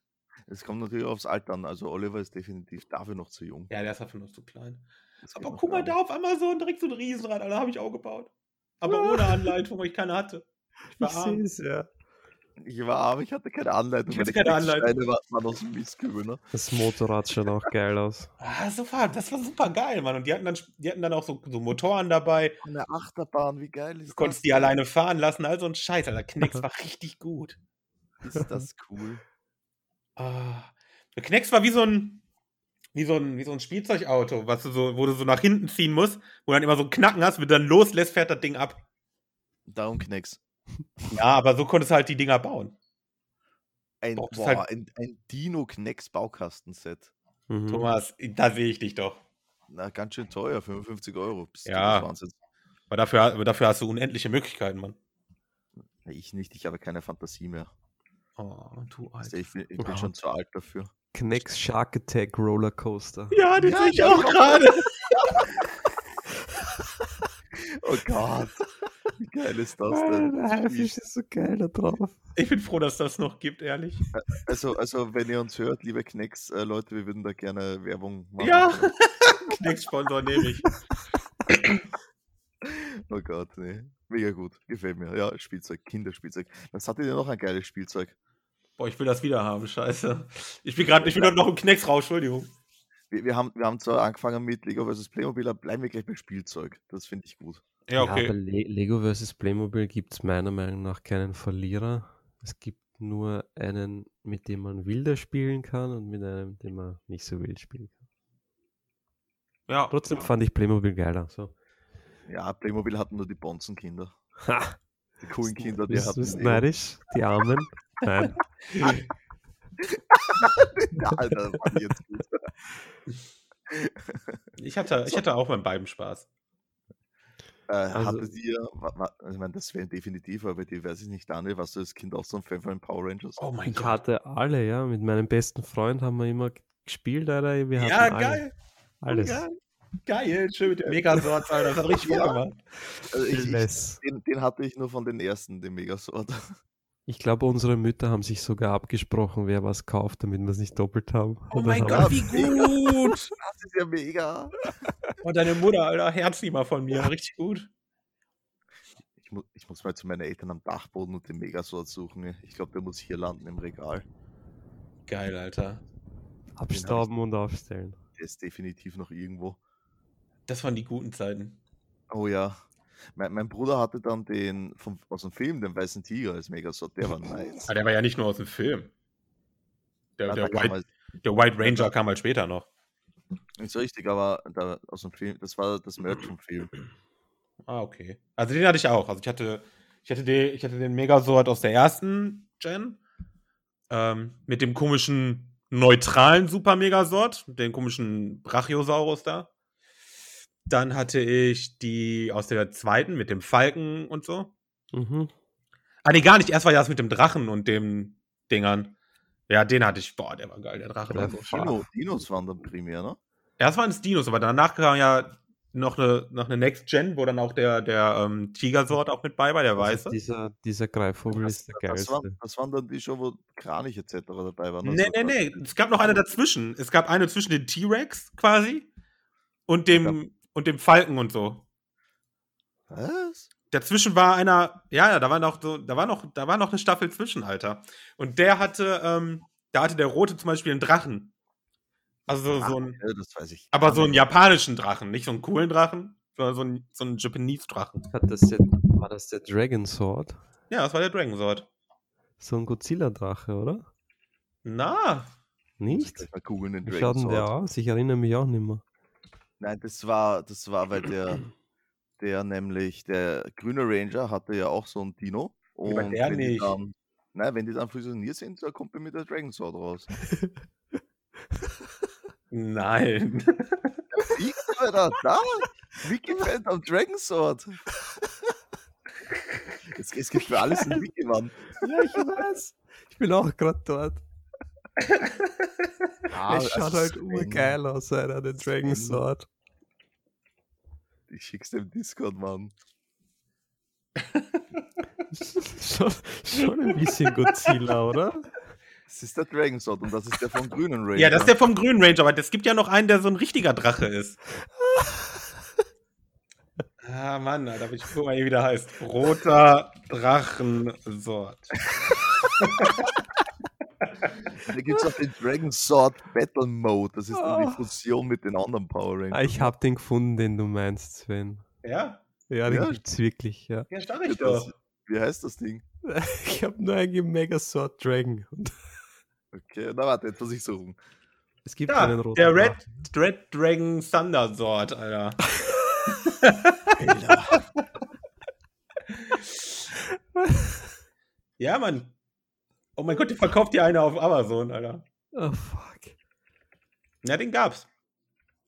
Speaker 1: Es kommt natürlich aufs Alter an. Also Oliver ist definitiv dafür noch zu jung.
Speaker 3: Ja, der ist einfach nur zu klein.
Speaker 1: Das geht
Speaker 3: Aber
Speaker 1: noch
Speaker 3: guck mal
Speaker 1: gar
Speaker 3: da auf Amazon direkt so ein Riesenrad, Alter, habe ich auch gebaut. Aber ohne Anleitung, weil ich keine hatte. Ah. Ich war arm.
Speaker 2: es, ja.
Speaker 1: nicht. Ich war arm, ich hatte keine Anleitung.
Speaker 3: Ich hatte
Speaker 1: meine
Speaker 3: keine Anleitung.
Speaker 1: Steine waren- waren aus dem Mistkübel, ne?
Speaker 2: Das Motorrad schaut auch geil aus.
Speaker 3: Ah, super, das war super geil, Mann. Und die hatten dann, die hatten dann auch so, so Motoren dabei.
Speaker 1: Eine Achterbahn, wie geil ist
Speaker 3: Du konntest
Speaker 1: das?
Speaker 3: die alleine fahren lassen, also ein Scheiß, Alter. Knicks war richtig gut.
Speaker 1: Ist das cool?
Speaker 3: Ah. Der Knex war wie so ein wie so ein wie so ein Spielzeugauto, was du so wo du so nach hinten ziehen musst, wo du dann immer so einen Knacken hast, wenn du dann loslässt, fährt das Ding ab.
Speaker 1: Darum Knex.
Speaker 3: Ja, aber so konntest du halt die Dinger bauen.
Speaker 1: Ein,
Speaker 3: Doch, das
Speaker 1: boah,
Speaker 3: ist halt-
Speaker 1: ein, ein Dino-Knex-Baukastenset.
Speaker 2: Mhm.
Speaker 3: Thomas, da sehe ich dich doch.
Speaker 1: Na, ganz schön teuer, 55 Euro. Bist du
Speaker 3: Ja.
Speaker 1: des Wahnsinns.
Speaker 3: Aber dafür, aber dafür hast du unendliche Möglichkeiten, Mann.
Speaker 1: Na, Ich nicht, ich habe keine Fantasie mehr.
Speaker 3: Oh, du
Speaker 1: Weißt du, Also, Ich bin, ich bin
Speaker 2: Überhaupt.
Speaker 1: schon zu alt dafür.
Speaker 2: Knex Shark Attack Rollercoaster.
Speaker 3: Ja, den
Speaker 1: Ja,
Speaker 3: sehe ich
Speaker 1: ja,
Speaker 3: auch
Speaker 1: ja.
Speaker 3: gerade.
Speaker 1: Oh Gott. Wie geil ist das denn? Das
Speaker 2: Der
Speaker 1: Spiel.
Speaker 2: Fisch ist so geil da drauf.
Speaker 3: Ich bin froh, dass das noch gibt, ehrlich.
Speaker 1: Also, also, wenn ihr uns hört, liebe Knex, äh, Leute, wir würden da gerne Werbung machen.
Speaker 3: Ja. Knex-Sponsor nehme ich.
Speaker 1: Oh Gott, nee. Mega gut. Gefällt mir. Ja, Spielzeug, Kinderspielzeug. Was hattet ihr noch ein geiles Spielzeug?
Speaker 3: Boah, ich will das wieder haben, scheiße. Ich bin gerade, ich bin gerade noch im Knex raus, Entschuldigung.
Speaker 1: Wir, wir, haben, wir haben zwar angefangen mit Lego vs. Playmobil, aber bleiben wir gleich bei Spielzeug. Das finde ich gut.
Speaker 3: Ja,
Speaker 2: aber
Speaker 3: okay.
Speaker 2: Le Lego vs. Playmobil gibt es meiner Meinung nach keinen Verlierer. Es gibt nur einen, mit dem man wilder spielen kann und mit einem, mit dem man nicht so wild spielen kann.
Speaker 3: Ja,
Speaker 2: Trotzdem fand ich Playmobil geiler. So.
Speaker 1: Ja, Playmobil hatten nur die Bonzenkinder.
Speaker 2: Ha,
Speaker 1: Die coolen Kinder, die
Speaker 2: bist,
Speaker 1: hatten. eh-
Speaker 2: bist
Speaker 1: Lego.
Speaker 2: neidisch? Die Armen? Nein.
Speaker 1: Ja, Alter, das fand ich jetzt gut.
Speaker 3: ich hatte, ich hatte auch beim beiden Spaß.
Speaker 1: Äh,
Speaker 2: Also-
Speaker 1: hattet ihr, wa, wa, ich meine, das wäre definitiv, aber die weiß ich nicht, Daniel, warst du als Kind auch so ein Fan von den Power Rangers?
Speaker 3: Oh mein
Speaker 2: Ich
Speaker 3: Gott.
Speaker 2: hatte alle, ja. Mit meinem besten Freund haben wir immer gespielt, Alter. Wir hatten
Speaker 3: Ja,
Speaker 2: alle,
Speaker 3: geil.
Speaker 2: Alles.
Speaker 3: Ja, Oh, geil, schön mit dem Megasort, Alter. Das hat richtig Bock
Speaker 1: Ja.
Speaker 3: gemacht.
Speaker 1: Also ich, ich,
Speaker 2: Alles.
Speaker 1: den, den hatte ich nur von den ersten, den Megasort.
Speaker 2: Ich glaube, unsere Mütter haben sich sogar abgesprochen, wer was kauft, damit wir es nicht doppelt haben. halt
Speaker 3: Oh
Speaker 2: Und
Speaker 3: mein
Speaker 2: dann
Speaker 3: Gott,
Speaker 2: haben
Speaker 3: wie
Speaker 1: mega.
Speaker 3: gut!
Speaker 1: Das ist ja mega.
Speaker 3: Und deine Mutter, Alter, Herz lieber von mir, richtig gut.
Speaker 1: Ich, mu ich muss mal zu meinen Eltern am Dachboden und den Megasort suchen. Ich glaube, der muss hier landen im Regal.
Speaker 3: Geil, Alter.
Speaker 2: wir Abstauben und aufstellen.
Speaker 1: Der ist definitiv noch irgendwo.
Speaker 3: Das waren die guten Zeiten.
Speaker 1: Oh ja. Mein, mein Bruder hatte dann den vom, aus dem Film, den weißen Tiger als Megasort. Der war nice.
Speaker 3: Aber der war ja nicht nur aus dem Film. Ah, Der,
Speaker 1: Ja, da
Speaker 3: der,
Speaker 1: kann man-
Speaker 3: White, der White Ranger kam halt später noch.
Speaker 1: Ist richtig, aber da, aus dem Film, das war das Merch vom Film.
Speaker 3: Ah, okay. Also den hatte ich auch. Also ich hatte, ich hatte, den, ich hatte den Megasort aus der ersten Gen. Ähm, mit dem komischen neutralen Super Megasort, den komischen Brachiosaurus da. Dann hatte ich die aus der zweiten mit dem Falken und so.
Speaker 2: Mhm.
Speaker 3: Ah, nee, gar nicht. Erst war ja das mit dem Drachen und dem Dingern. Ja, den hatte ich. Boah, der war geil, der Drache.
Speaker 2: Der
Speaker 3: War so
Speaker 1: Dino,
Speaker 3: scharf.
Speaker 1: Dinos waren dann primär, ne?
Speaker 3: Erst waren es Dinos, aber danach kam ja noch eine, noch eine Next Gen, wo dann auch der, der ähm, Tigersort auch mit bei war, der weiße.
Speaker 2: Also dieser, dieser Greifvogel ist der
Speaker 1: Das
Speaker 2: geilste.
Speaker 1: waren, das waren dann die schon, wo Kranich etc. dabei waren.
Speaker 3: Nee, nee, nee. Es gab noch eine dazwischen. Es gab eine zwischen den T-Rex quasi und dem, und dem Falken und so. ne.
Speaker 1: Was?
Speaker 3: Dazwischen war einer, ja, ja, da war noch so, da war noch, da war noch eine Staffel zwischen, Alter. Und der hatte, ähm, da hatte der Rote zum Beispiel einen Drachen. Also so, so ein,
Speaker 1: Ah, Ja, das weiß ich.
Speaker 3: aber
Speaker 1: gar
Speaker 3: so einen
Speaker 1: nicht.
Speaker 3: japanischen Drachen, nicht so einen coolen Drachen, sondern so einen, so einen Japanese-Drachen.
Speaker 2: Hat das der, war das der Dragon Sword?
Speaker 3: Ja, das war der Dragon Sword.
Speaker 2: So ein Godzilla-Drache, oder?
Speaker 3: Na,
Speaker 1: Muss ich
Speaker 2: Nicht?
Speaker 1: gleich mal googeln, den
Speaker 2: Wie
Speaker 1: Dragon
Speaker 2: schaut denn der
Speaker 1: Sword.
Speaker 2: aus? Ich erinnere mich auch nicht mehr.
Speaker 1: Nein, das war, das war, weil der, der nämlich, der grüne Ranger hatte ja auch so einen Dino.
Speaker 3: aber
Speaker 1: Und
Speaker 3: der
Speaker 1: wenn die
Speaker 3: nicht.
Speaker 1: dann, nein, wenn die dann fusioniert sind, dann kommt bei mir der Dragon Sword raus.
Speaker 3: nein.
Speaker 1: Ich war da, da! Wiki-Fan am Dragon Sword! Es, es gibt für alles einen Wiki, Mann.
Speaker 2: Ja, ich weiß. Ich bin auch gerade dort.
Speaker 1: Ah,
Speaker 2: es schaut
Speaker 1: also
Speaker 2: halt
Speaker 1: Sven,
Speaker 2: urgeil aus, Alter, der Dragon
Speaker 1: Swing.
Speaker 2: Sword.
Speaker 1: Ich schick's dem Discord, Mann.
Speaker 2: schon, schon ein bisschen Godzilla, oder?
Speaker 1: Das ist der Dragon Sword und das ist der vom grünen Ranger.
Speaker 3: Ja, das ist der vom Grünen Ranger, aber es gibt ja noch einen, der so ein richtiger Drache ist. Ah, Mann, Alter, ich guck mal, wie der heißt. Roter Drachensort.
Speaker 1: Da gibt's auch den Dragon Sword Battle Mode. Das ist dann
Speaker 2: Ah.
Speaker 1: die Fusion mit den anderen Power
Speaker 2: Ah,
Speaker 1: Rangers.
Speaker 2: ich hab den gefunden, den du meinst, Sven.
Speaker 3: Ja,
Speaker 2: Ja, den
Speaker 1: Ja.
Speaker 2: gibt's wirklich, ja.
Speaker 3: ja, starr ich
Speaker 1: Ja, das-
Speaker 3: doch.
Speaker 1: Wie heißt das Ding?
Speaker 2: Ich hab nur einen Mega Sword Dragon. Und
Speaker 1: Okay, na warte, jetzt muss ich suchen.
Speaker 2: es gibt
Speaker 3: Ja,
Speaker 2: einen roten.
Speaker 3: der Red, Red Dragon Thunder Sword, Alter. Ja, Mann. Oh mein Gott, die verkauft dir eine auf Amazon, Alter.
Speaker 2: Oh, fuck.
Speaker 3: Ja, den gab's.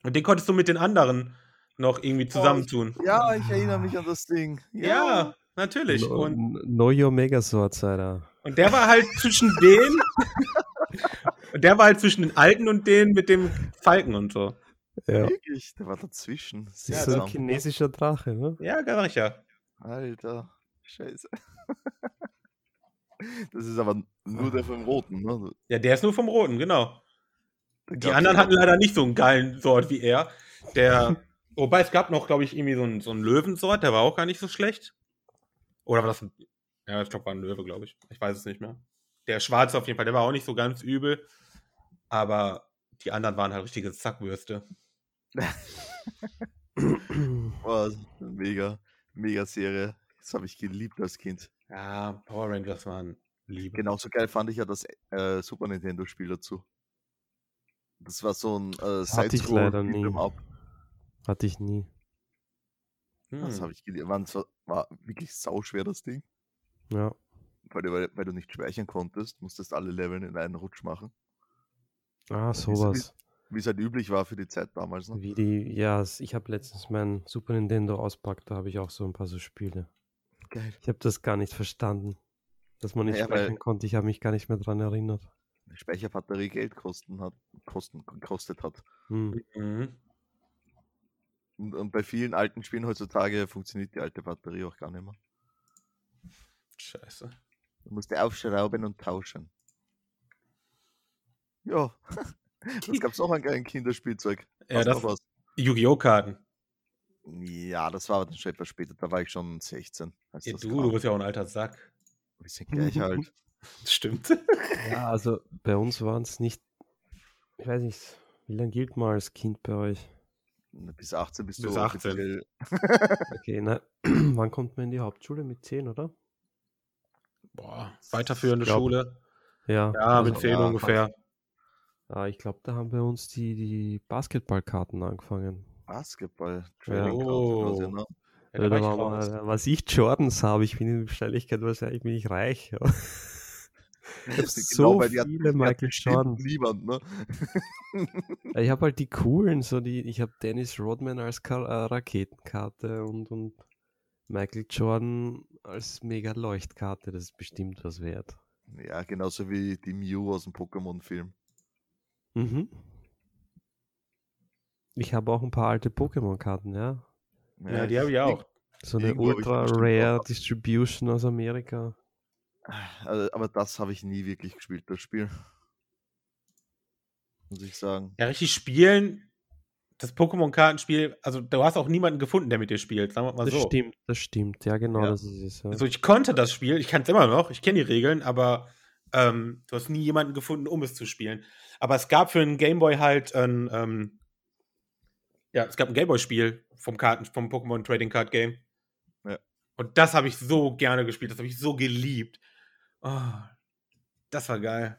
Speaker 3: Und den konntest du mit den anderen noch irgendwie zusammentun.
Speaker 1: Ja, ich erinnere mich an das Ding.
Speaker 3: ja. natürlich.
Speaker 2: No,
Speaker 3: Und,
Speaker 2: know your Mega Swords, Alter.
Speaker 3: und der war halt zwischen den. und der war halt zwischen den alten und den mit dem Falken und so.
Speaker 2: Ja.
Speaker 1: Wirklich, der war dazwischen.
Speaker 2: Das ist
Speaker 1: Sehr
Speaker 2: so ein
Speaker 3: also
Speaker 1: langsam.
Speaker 2: chinesischer Drache, ne?
Speaker 3: Ja, gar nicht ja.
Speaker 1: Alter, scheiße. Das ist aber nur
Speaker 2: Ah.
Speaker 1: der vom Roten, ne?
Speaker 3: Ja, der ist nur vom Roten, genau.
Speaker 1: Da
Speaker 3: Die
Speaker 1: gab's
Speaker 3: anderen
Speaker 1: ja-
Speaker 3: hatten leider nicht so einen geilen Sort wie er. Der. Wobei es gab noch, glaube ich, irgendwie so einen, so einen Löwensort, der war auch gar nicht so schlecht. Oder war das ein. Ja, ich glaube, war ein Löwe, glaube ich. Ich weiß es nicht mehr. Der Schwarze auf jeden Fall, der war auch nicht so ganz übel. Aber die anderen waren halt richtige Zackwürste.
Speaker 1: Boah, mega, mega Serie. Das habe ich geliebt als Kind.
Speaker 3: Ja, Power Rangers waren
Speaker 2: Mhm.
Speaker 3: Liebe.
Speaker 1: Genauso geil fand ich ja das äh, Super Nintendo-Spiel dazu. Das war so ein äh,
Speaker 2: ich leider nie.
Speaker 1: Beat'em Up.
Speaker 2: Hatte ich nie. Mhm.
Speaker 3: Hm,
Speaker 1: Das habe ich geliebt. War, so- war wirklich sauschwer, das Ding.
Speaker 2: Ja.
Speaker 1: Weil, du- weil, weil du nicht speichern konntest, musstest alle Leveln in einen Rutsch machen.
Speaker 2: Ah, sowas.
Speaker 1: Wie es halt üblich war für die Zeit damals. Ne?
Speaker 2: Wie die, ja, s- ich habe letztens mein Super Nintendo auspackt, da habe ich auch so ein paar so Spiele.
Speaker 1: Geil.
Speaker 2: Ich habe das gar nicht verstanden, dass man nicht
Speaker 1: Ja, weil-
Speaker 2: sprechen konnte. Ich habe mich gar nicht mehr dran erinnert.
Speaker 1: Speicherbatterie Geld kosten hat, kosten, gekostet hat.
Speaker 2: Hm.
Speaker 3: Mhm.
Speaker 1: Und, und bei vielen alten Spielen heutzutage funktioniert die alte Batterie auch gar nicht mehr.
Speaker 3: Scheiße.
Speaker 1: Du musst die aufschrauben und tauschen. Ja. Das gab's auch an geilen Kinderspielzeug.
Speaker 3: Ja,
Speaker 1: Hast du
Speaker 3: das-
Speaker 1: noch was?
Speaker 3: Yu-Gi-Oh! Karten.
Speaker 1: ja, das war aber dann schon etwas später. Da war ich schon 16. Als
Speaker 3: Ja,
Speaker 1: das
Speaker 3: du,
Speaker 1: kam.
Speaker 3: du bist ja auch ein alter Sack.
Speaker 1: Wir sind gleich alt.
Speaker 3: Stimmt.
Speaker 2: Ja, also bei uns waren es nicht, ich weiß nicht, wie lange gilt man als Kind bei euch?
Speaker 1: ne, Bis 18 bist
Speaker 3: Bis
Speaker 1: du
Speaker 3: 18.
Speaker 1: offiziell-
Speaker 2: Okay, na, wann kommt man in die Hauptschule? Mit 10, oder?
Speaker 3: Boah, weiterführende
Speaker 2: Ich glaub-
Speaker 3: Schule.
Speaker 2: Ja,
Speaker 3: Ja,
Speaker 2: also-
Speaker 3: mit 10
Speaker 1: ja,
Speaker 3: ungefähr.
Speaker 2: Ah, ich glaube, da haben bei uns die, die Basketballkarten angefangen.
Speaker 1: Basketball. Trading Card
Speaker 3: Oh.
Speaker 1: oder so, ne?
Speaker 3: Ja,
Speaker 2: Weil
Speaker 3: da
Speaker 2: da halt,
Speaker 3: war ich
Speaker 2: waren
Speaker 3: raus.
Speaker 2: wir- was ich Jordans habe, ich bin in Beständigkeit wahrscheinlich bin ich reich. ja. Ich habe
Speaker 1: Genau,
Speaker 2: so
Speaker 1: weil die hat-
Speaker 2: viele
Speaker 1: die hat
Speaker 2: Michael
Speaker 1: bestimmt
Speaker 2: Jordan.
Speaker 1: Niemand, ne?
Speaker 2: Ich habe halt die coolen, so die, ich habe Dennis Rodman als Ka äh, Raketenkarte und, und Michael Jordan als mega Leuchtkarte, das ist bestimmt was wert.
Speaker 1: Ja, genauso wie die Mew aus dem Pokémon-Film.
Speaker 2: Mhm. Ich habe auch ein paar alte Pokémon-Karten, ja.
Speaker 3: Ja, die habe ich auch.
Speaker 2: So eine
Speaker 1: Irgendwo hab ich die
Speaker 2: Ultra
Speaker 1: bestimmt auch.
Speaker 2: Rare Distribution aus Amerika.
Speaker 1: Also, aber das habe ich nie wirklich gespielt, das Spiel. Muss ich sagen.
Speaker 3: Ja, richtig spielen. Das Pokémon-Kartenspiel, also du hast auch niemanden gefunden, der mit dir spielt, sagen wir mal
Speaker 2: Das
Speaker 3: so.
Speaker 2: stimmt, das stimmt. Ja, genau,
Speaker 3: Ja.
Speaker 2: das ist es. Ja.
Speaker 3: Also ich konnte das Spiel, ich kann es immer noch, ich kenne die Regeln, aber ähm, du hast nie jemanden gefunden, um es zu spielen. Aber es gab für einen Gameboy halt ein, ähm, ja, es gab ein Gameboy-Spiel vom Karten, vom Pokémon Trading Card Game.
Speaker 1: Ja.
Speaker 3: Und das habe ich so gerne gespielt, das habe ich so geliebt. Oh, das war geil.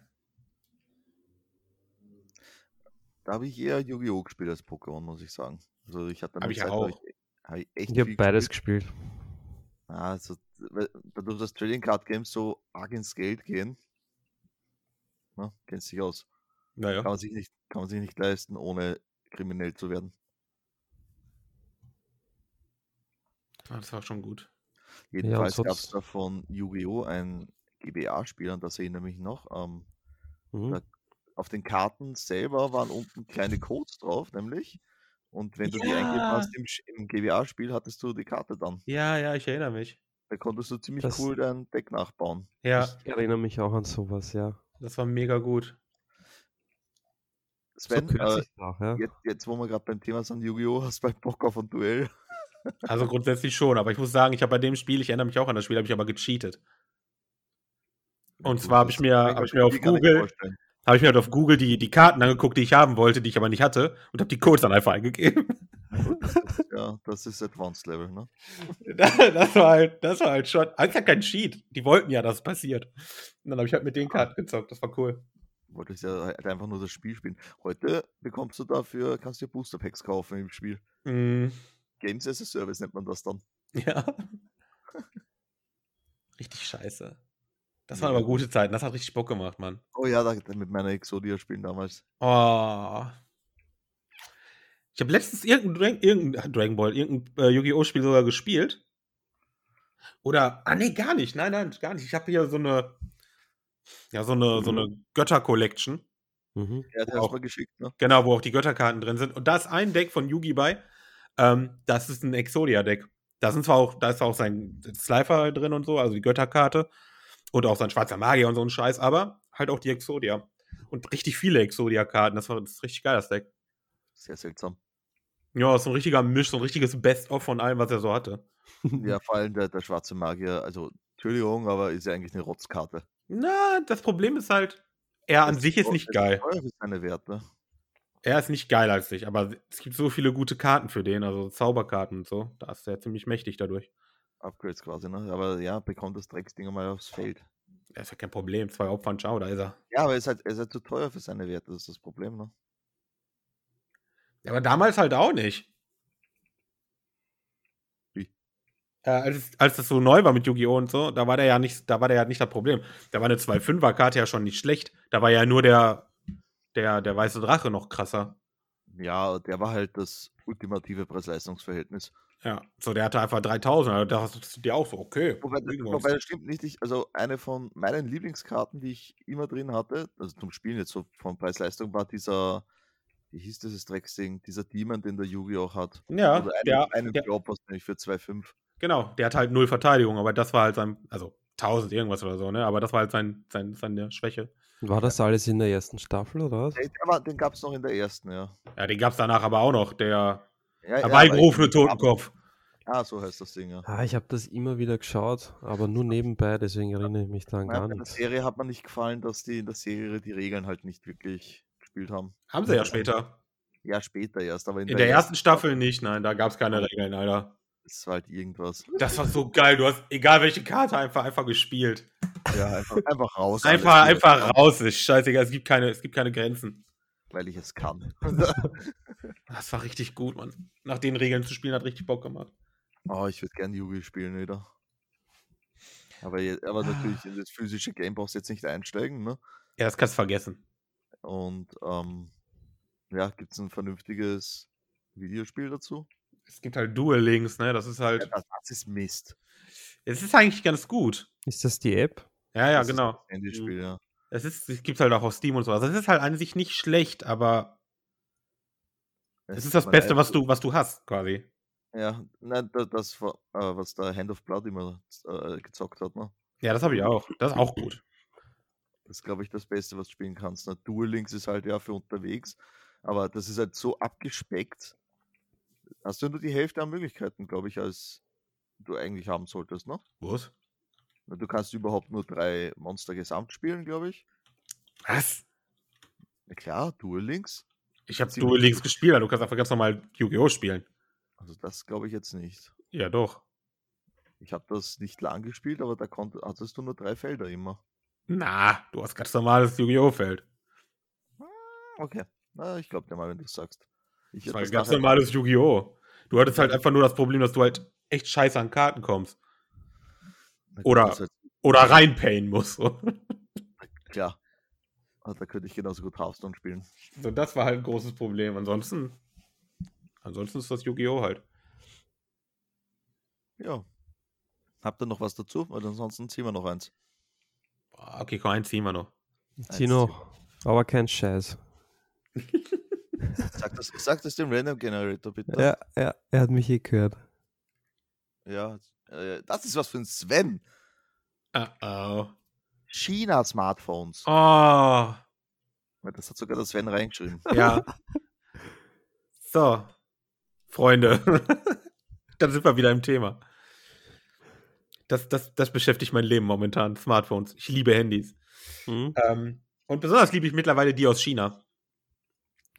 Speaker 1: da habe ich eher Yu-Gi-Oh! gespielt als Pokémon, muss ich sagen. Also ich hatte eine
Speaker 3: Hab ich
Speaker 1: Zeit, da
Speaker 3: auch.
Speaker 1: Ich, hab ich echt
Speaker 2: Ich habe
Speaker 1: viel
Speaker 2: beides
Speaker 1: gespielt.
Speaker 2: gespielt.
Speaker 1: Ah, Also, weil- dadurch, dass Trading Card Games so arg ins Geld gehen, na, kennst dich aus.
Speaker 3: Naja.
Speaker 1: Kann man sich nicht, kann man sich nicht leisten, ohne kriminell zu werden.
Speaker 3: Ah, Das war schon gut.
Speaker 1: Jedenfalls gab es
Speaker 2: sonst-
Speaker 1: da von Yu-Gi-Oh! ein GBA-Spiel, an das sehe ich nämlich noch. Ähm,
Speaker 2: Mhm.
Speaker 1: Ja. auf den Karten selber waren unten kleine Codes drauf, nämlich. Und wenn du die eingeben
Speaker 3: Ja.
Speaker 1: hast im, Sch- im GBA-Spiel, hattest du die Karte dann.
Speaker 3: Ja, ja, ich erinnere mich.
Speaker 1: Da konntest du ziemlich
Speaker 2: Das-
Speaker 1: cool dein Deck nachbauen.
Speaker 3: Ja,
Speaker 2: Ich erinnere mich auch an sowas, ja.
Speaker 3: das war mega gut.
Speaker 1: Sven,
Speaker 2: so
Speaker 1: äh,
Speaker 2: kürzlich auch, ja.
Speaker 1: jetzt, jetzt wo wir gerade beim Thema sind, Yu-Gi-Oh! hast du Bock auf ein Duell.
Speaker 3: Also grundsätzlich schon, aber ich muss sagen, ich habe bei dem Spiel, ich erinnere mich auch an das Spiel, habe ich aber gecheatet. Und zwar habe ich mir,
Speaker 1: Kann
Speaker 3: habe ich mir auf
Speaker 1: mir gar nicht
Speaker 3: Google,
Speaker 1: vorstellen.
Speaker 3: habe ich mir halt auf Google die, die Karten angeguckt, die ich haben wollte, die ich aber nicht hatte, und habe die Codes dann einfach eingegeben.
Speaker 1: Ja, das ist Advanced Level, ne?
Speaker 3: Das war halt, das war halt schon, einfach kein Cheat. Die wollten ja, dass es passiert. Und dann habe ich halt mit den Karten gezockt, das war cool.
Speaker 1: Wollte ich ja halt einfach nur das Spiel spielen. Heute bekommst du dafür, kannst dir Booster Packs kaufen im Spiel.
Speaker 3: Mhm.
Speaker 1: Games as a Service nennt man das dann.
Speaker 3: Ja. Richtig scheiße. Das waren
Speaker 1: Mega
Speaker 3: aber gute Zeiten, das hat richtig Bock gemacht, Mann.
Speaker 1: Oh ja, da, mit meiner Exodia spielen damals.
Speaker 3: Oh. Ich habe letztens irgendein, Dra- irgendein ah, Dragon Ball, irgendein äh, Yu-Gi-Oh! Spiel sogar gespielt. Oder, ah nee, gar nicht. Nein, nein, gar nicht. Ich habe hier so eine, ja, so eine, so eine Götter-Collection.
Speaker 2: Mhm.
Speaker 1: Er hat
Speaker 3: Auch.
Speaker 1: erstmal geschickt, ne?
Speaker 3: Genau, wo auch die Götterkarten drin sind. Und da ist ein Deck von Yugi bei. Ähm, das ist ein Exodia-Deck. Da sind zwar auch, da ist auch sein Slifer drin und so, also die Götterkarte. Und auch sein schwarzer Magier und so ein Scheiß, aber halt auch die Exodia. Und richtig viele Exodia-Karten. Das war das ist richtig geil, das Deck.
Speaker 1: Sehr seltsam.
Speaker 3: Ja, ist so ein richtiger Misch, so ein richtiges Best-of von allem, was er so hatte. Mhm.
Speaker 1: Ja, vor allem der, der schwarze Magier, also Entschuldigung, aber ist ja eigentlich eine Rotzkarte.
Speaker 3: Na, das Problem ist halt, er an
Speaker 1: Es
Speaker 3: sich ist
Speaker 1: teuer-
Speaker 3: nicht
Speaker 1: es
Speaker 3: geil.
Speaker 1: Teuer ist seine Werte. ne?
Speaker 3: Er ist nicht geiler als ich, aber es gibt so viele gute Karten für den, also Zauberkarten und so. Da ist er ziemlich mächtig dadurch.
Speaker 1: Upgrades quasi, ne? Aber ja, bekommt das Drecksding mal aufs Feld.
Speaker 3: Er ist ja kein Problem. Zwei Opfern, ciao, da ist er.
Speaker 1: Ja, aber er ist halt, er ist halt zu teuer für seine Werte, das ist das Problem, ne?
Speaker 3: Ja, aber damals halt auch nicht.
Speaker 1: Wie?
Speaker 3: Äh, als, als das so neu war mit Yu-Gi-Oh! und so, da war der ja nicht, da war der ja nicht das Problem. Da war eine 2-5er-Karte ja schon nicht schlecht. Da war ja nur der, der, der weiße Drache noch krasser.
Speaker 1: Ja, der war halt das ultimative Preis-Leistungs-Verhältnis.
Speaker 3: Ja, so der hatte einfach 3000, also da hast du dir auch so, okay.
Speaker 1: Wobei,
Speaker 3: kriegen wir uns.
Speaker 1: wobei das stimmt nicht. Ich, also eine von meinen Lieblingskarten, die ich immer drin hatte, also zum Spielen jetzt so von Preis-Leistung, war dieser, wie hieß dieses Drecksding, dieser Demon, den der Yugi auch hat.
Speaker 3: ja,
Speaker 1: Oder einen,
Speaker 3: der,
Speaker 1: einen
Speaker 3: der,
Speaker 1: Job, was nämlich für 2,5.
Speaker 3: genau, der hat halt null Verteidigung, aber das war halt sein, also 1000 irgendwas oder so, ne, aber das war halt sein, sein, seine Schwäche.
Speaker 2: War das alles in der ersten Staffel oder was?
Speaker 1: Der, der war, den gab es noch in der ersten, ja. ja
Speaker 3: Ja, den gab's danach aber auch noch, der
Speaker 1: ja,
Speaker 3: herbeigerufene
Speaker 1: aber-
Speaker 3: Totenkopf.
Speaker 1: Ah, so heißt das Ding, ja.
Speaker 2: Ah, ich habe das immer wieder geschaut, aber nur nebenbei, deswegen erinnere ich mich daran
Speaker 1: Ja,
Speaker 2: gar
Speaker 1: bei der
Speaker 3: eh
Speaker 2: nichts.
Speaker 1: Serie hat mir nicht gefallen, dass die in der Serie die Regeln halt nicht wirklich gespielt haben.
Speaker 3: Haben sie ja später.
Speaker 1: Ja, später erst, aber in,
Speaker 3: In der ersten Staffel nicht, nein, da gab's keine Regeln, Alter.
Speaker 1: ist halt irgendwas.
Speaker 3: Das war so geil, du hast, egal welche Karte, einfach, einfach gespielt.
Speaker 1: Ja, einfach, einfach raus. alles
Speaker 3: Einfach,
Speaker 1: hier,
Speaker 3: einfach raus, ist scheißegal, es gibt keine, es gibt keine Grenzen.
Speaker 1: Weil ich es kann.
Speaker 3: Das war richtig gut, Mann. Nach den Regeln zu spielen, hat richtig Bock gemacht.
Speaker 1: Oh, ich würde gerne Yugi spielen wieder. Aber, je- aber natürlich,
Speaker 3: Ah.
Speaker 1: in das physische Game brauchst du jetzt nicht einsteigen, ne?
Speaker 3: Ja, das kannst du vergessen.
Speaker 1: Und ähm, ja, gibt es ein vernünftiges Videospiel dazu?
Speaker 3: Es gibt halt Duel Links, ne? Das ist
Speaker 1: Ja,
Speaker 3: halt.
Speaker 1: das, das ist Mist.
Speaker 3: Es ist eigentlich ganz gut.
Speaker 2: Ist das die App?
Speaker 3: Ja, ja,
Speaker 1: Das ist
Speaker 3: genau.
Speaker 1: ein Handyspiel, ja.
Speaker 3: Es ist, es gibt halt auch auf Steam und sowas. Es ist halt an sich nicht schlecht, aber es ist das
Speaker 1: tut mir
Speaker 3: Beste,
Speaker 1: leid.
Speaker 3: was du, was du hast, quasi.
Speaker 1: Ja, nein, da- das, war, äh, was der Hand of Blood immer äh, gezockt hat, ne?
Speaker 3: Ja, das habe ich auch. Das ist auch gut.
Speaker 1: Das ist, glaube ich, das Beste, was du spielen kannst. Ne? Duel Links ist halt ja für unterwegs, aber das ist halt so abgespeckt. Hast du nur die Hälfte an Möglichkeiten, glaube ich, als du eigentlich haben solltest, ne?
Speaker 3: Was?
Speaker 1: Na, Du kannst überhaupt nur drei Monster gesamt spielen, glaube ich.
Speaker 3: Was?
Speaker 1: Na klar, Duel Links.
Speaker 3: Ich habe
Speaker 1: Ziemlich
Speaker 3: Duel Links
Speaker 1: gut.
Speaker 3: gespielt, also du kannst einfach ganz normal Yu-Gi-Oh! spielen.
Speaker 1: Also das glaube ich jetzt nicht.
Speaker 3: Ja, doch.
Speaker 1: Ich habe das nicht lang gespielt, aber da konnt, hattest du nur drei Felder immer.
Speaker 3: Na, du hast ganz normales Yu-Gi-Oh! Feld.
Speaker 1: Okay. Na, ich glaube dir mal, wenn du es sagst. Ich
Speaker 3: Das
Speaker 1: hätte
Speaker 3: war
Speaker 1: das
Speaker 3: ganz
Speaker 1: nachher-
Speaker 3: normales Yu-Gi-Oh! Du hattest halt einfach nur das Problem, dass du halt echt scheiße an Karten kommst.
Speaker 1: Na gut,
Speaker 3: oder-
Speaker 1: das heißt,
Speaker 3: Oder reinpayen musst. So.
Speaker 1: klar. Ah, Da könnte ich genauso gut Hearthstone spielen.
Speaker 3: so, das war halt ein großes Problem. Ansonsten, ansonsten ist das Yu-Gi-Oh! halt.
Speaker 1: Ja. Habt ihr noch was dazu? Weil ansonsten ziehen wir noch eins.
Speaker 3: Boah, Okay, komm, eins ziehen wir noch.
Speaker 2: Tino, aber kein Scheiß.
Speaker 1: Sag das, sag das dem Random Generator bitte.
Speaker 2: Ja, er, er hat mich eh gehört.
Speaker 1: Ja, äh, das ist was für ein Sven.
Speaker 3: Uh-oh.
Speaker 1: China-Smartphones.
Speaker 3: Oh.
Speaker 1: Das hat sogar der Sven reingeschrieben.
Speaker 3: Ja. So, Freunde, dann sind wir wieder im Thema. Das, das, das beschäftigt mein Leben momentan. Smartphones. Ich liebe Handys.
Speaker 2: Hm?
Speaker 3: Ähm, und besonders liebe ich mittlerweile die aus China.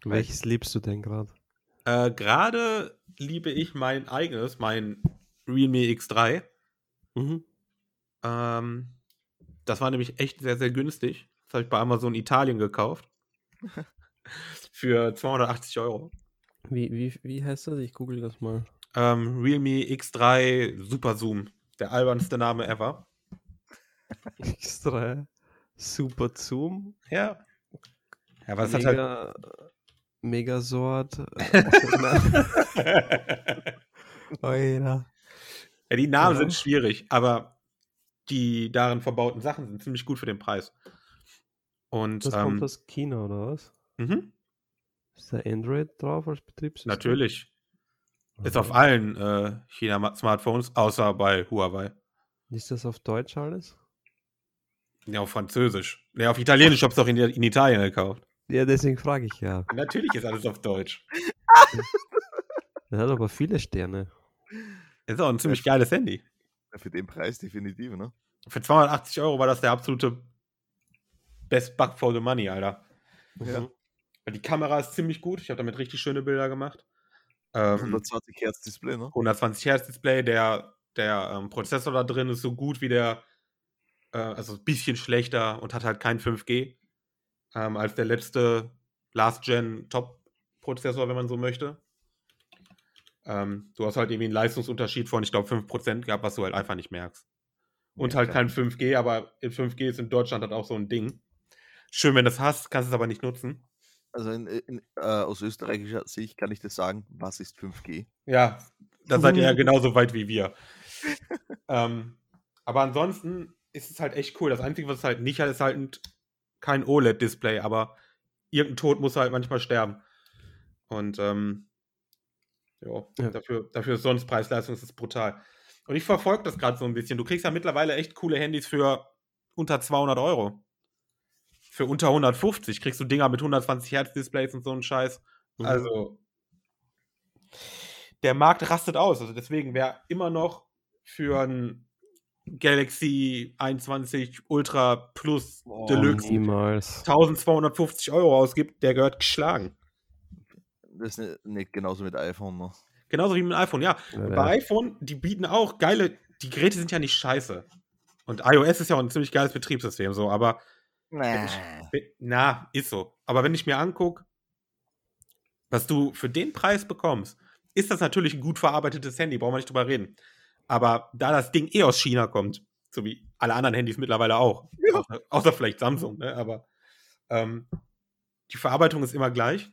Speaker 2: Welches liebst du denn gerade?
Speaker 3: Äh, Gerade liebe ich mein eigenes, mein Realme X3.
Speaker 2: Mhm.
Speaker 3: Ähm, das war nämlich echt sehr, sehr günstig. Das habe ich bei Amazon Italien gekauft. Für 280 Euro.
Speaker 2: Wie, wie, wie heißt das? Ich google das mal.
Speaker 3: Ähm, Realme X3 Super Zoom. Der albernste Name ever.
Speaker 2: X3, Super Zoom,
Speaker 3: Ja. Ja, was hat halt.
Speaker 2: Mega, Megasort. Nein, Oh, Alter.
Speaker 3: halt ja, die Namen
Speaker 2: Ja.
Speaker 3: sind schwierig, aber die darin verbauten Sachen sind ziemlich gut für den Preis. Und
Speaker 2: Das
Speaker 3: ähm,
Speaker 2: kommt aus China, oder was?
Speaker 3: mhm,
Speaker 2: Ist da Android drauf als Betriebssystem?
Speaker 3: natürlich. Ist auf
Speaker 2: Okay.
Speaker 3: allen äh, China-Smartphones, außer bei Huawei.
Speaker 2: Ist das auf Deutsch alles?
Speaker 3: Ja, auf Französisch. Ja, auf Italienisch hab's doch in, in Italien gekauft.
Speaker 2: Ja, deswegen frage ich ja.
Speaker 3: Natürlich ist alles auf Deutsch.
Speaker 2: Das hat aber viele Sterne.
Speaker 3: Ist auch ein ziemlich geiles Handy.
Speaker 1: Für den Preis definitiv, ne?
Speaker 3: Für 280 Euro war das der absolute Best Buck for the Money, Alter. Mhm.
Speaker 1: Ja.
Speaker 3: Weil Die Kamera ist ziemlich gut. Ich habe damit richtig schöne Bilder gemacht. Ähm,
Speaker 1: 120 Hertz Display, ne?
Speaker 3: 120 Hertz Display. Der, der ähm, Prozessor da drin ist so gut wie der, äh, also ein bisschen schlechter und hat halt kein 5G ähm, als der letzte Last-Gen-Top-Prozessor, wenn man so möchte. Ähm, du hast halt irgendwie einen Leistungsunterschied von, ich glaube, 5% gehabt, was du halt einfach nicht merkst. Und
Speaker 1: Ja,
Speaker 3: halt
Speaker 1: klar.
Speaker 3: kein 5G, aber in 5G ist in Deutschland halt auch so ein Ding. Schön, wenn du das hast, kannst es aber nicht nutzen.
Speaker 1: Also in, in, äh, aus österreichischer Sicht kann ich dir sagen, was ist 5G?
Speaker 3: Ja, da seid ihr ja genauso weit wie wir. ähm, aber ansonsten ist es halt echt cool. Das Einzige, was es halt nicht hat, ist halt ein, kein OLED-Display, aber irgendein Tod muss halt manchmal sterben. Und ähm, jo,
Speaker 2: Ja.
Speaker 3: Dafür, dafür ist sonst Preis-Leistung ist es brutal. Und ich verfolge das gerade so ein bisschen. Du kriegst ja mittlerweile echt coole Handys für unter 200 Euro. Für unter 150 kriegst du Dinger mit 120 Hertz-Displays und so einen Scheiß. Also, der Markt rastet aus. Also, deswegen, wer immer noch für ein Galaxy 21 Ultra Plus Deluxe
Speaker 2: Oh, Niemals.
Speaker 3: 1250 Euro ausgibt, der gehört geschlagen.
Speaker 1: Das ist nicht, nicht genauso mit iPhone, ne?
Speaker 3: Genauso wie mit dem iPhone. Ja, bei
Speaker 2: Ja,
Speaker 3: iPhone, die bieten auch geile, die Geräte sind ja nicht scheiße. Und iOS ist ja auch ein ziemlich geiles Betriebssystem, so, aber
Speaker 1: Nee.
Speaker 3: Na, ist so. Aber wenn ich mir angucke, was du für den Preis bekommst, ist das natürlich ein gut verarbeitetes Handy, brauchen wir nicht drüber reden. Aber da das Ding eh aus China kommt, so wie alle anderen Handys mittlerweile auch, außer, außer vielleicht Samsung, ne? aber ähm, die Verarbeitung ist immer gleich.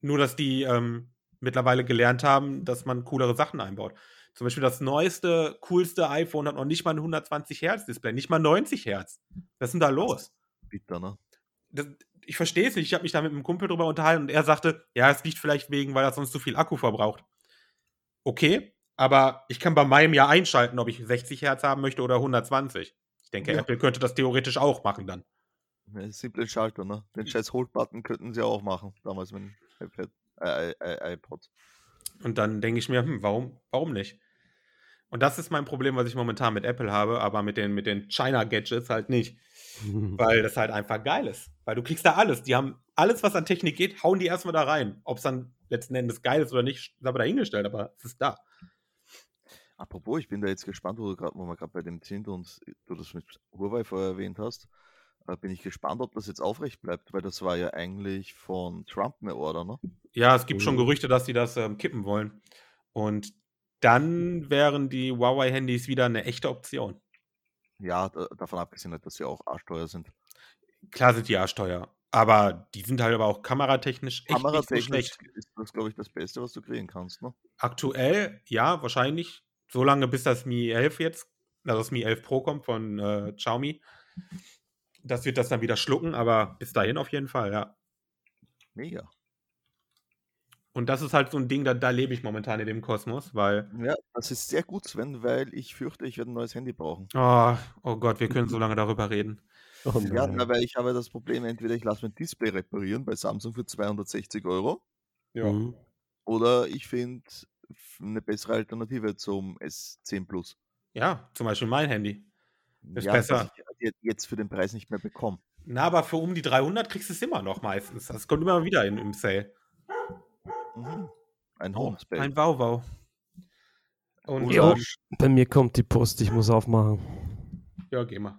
Speaker 3: Nur, dass die ähm, mittlerweile gelernt haben, dass man coolere Sachen einbaut. Zum Beispiel das neueste, coolste iPhone hat noch nicht mal ein 120 Hertz Display, nicht mal 90 Hertz. Was ist denn da los?
Speaker 1: Bitter, ne?
Speaker 3: das, ich verstehe es nicht. Ich habe mich da mit einem Kumpel drüber unterhalten und er sagte, ja, es liegt vielleicht wegen, weil das sonst zu viel Akku verbraucht. Okay, aber ich kann bei meinem ja einschalten, ob ich 60 Hertz haben möchte oder 120. Ich denke,
Speaker 1: Ja.
Speaker 3: Apple könnte das theoretisch auch machen dann.
Speaker 1: Ja, Simple Schalter, ne? Den scheiß Hold-Button könnten sie auch machen, damals mit dem iPad, äh, äh, iPod.
Speaker 3: Und dann denke ich mir, hm, warum, warum nicht? Und das ist mein Problem, was ich momentan mit Apple habe, aber mit den, mit den China-Gadgets halt nicht. Weil das halt einfach geil ist. Weil du kriegst da alles. Die haben alles, was an Technik geht, hauen die erstmal da rein. Ob es dann letzten Endes geil ist oder nicht, ist aber dahingestellt, aber es ist da.
Speaker 1: äh, Apropos, ich bin da jetzt gespannt, wo, du grad, wo wir gerade bei dem sind und du das mit Huawei vorher erwähnt hast. Da bin ich gespannt, ob das jetzt aufrecht bleibt, weil das war ja eigentlich von Trump eine Order, ne?
Speaker 3: Ja, es gibt schon Gerüchte, dass sie das ähm, kippen wollen. Und dann wären die Huawei-Handys wieder eine echte Option.
Speaker 1: Ja, da, davon abgesehen, halt, dass sie auch arschteuer sind.
Speaker 3: Klar sind die arschteuer, aber die sind halt aber auch kameratechnisch echt nicht so
Speaker 1: Kameratechnisch
Speaker 3: schlecht.
Speaker 1: ist das, glaube ich, das Beste, was du kriegen kannst, ne?
Speaker 3: Aktuell, ja, wahrscheinlich. So lange, bis das Mi 11 jetzt, also das Mi 11 Pro kommt von äh, Xiaomi. Das wird das dann wieder schlucken, aber bis dahin auf jeden Fall, ja.
Speaker 1: Mega.
Speaker 3: Und das ist halt so ein Ding, da, da lebe ich momentan in dem Kosmos, weil,
Speaker 1: Ja, das ist sehr gut, Sven, weil ich fürchte, ich werde ein neues Handy brauchen.
Speaker 3: oh, oh Gott, wir können so lange darüber reden.
Speaker 2: Oh
Speaker 1: Ja,
Speaker 2: nein.
Speaker 1: na, weil ich habe das Problem, entweder ich lasse mein Display reparieren bei Samsung für 260 Euro
Speaker 2: Mhm.
Speaker 1: oder ich finde eine bessere Alternative zum S10 Plus.
Speaker 3: Ja, zum Beispiel mein Handy. Ist
Speaker 1: dass
Speaker 3: besser.
Speaker 1: Ich je- jetzt für den Preis nicht mehr bekomme.
Speaker 3: Na, aber für um die 300 kriegst du es immer noch meistens. Das kommt immer wieder in, im Sale.
Speaker 1: Mhm. Ein
Speaker 3: Oh,
Speaker 1: Homespell.
Speaker 3: ein Wow-Wow. Und ähm,
Speaker 1: Oder-
Speaker 3: ja,
Speaker 2: Ja, bei mir kommt die Post, ich muss aufmachen.
Speaker 3: ja, geh mal.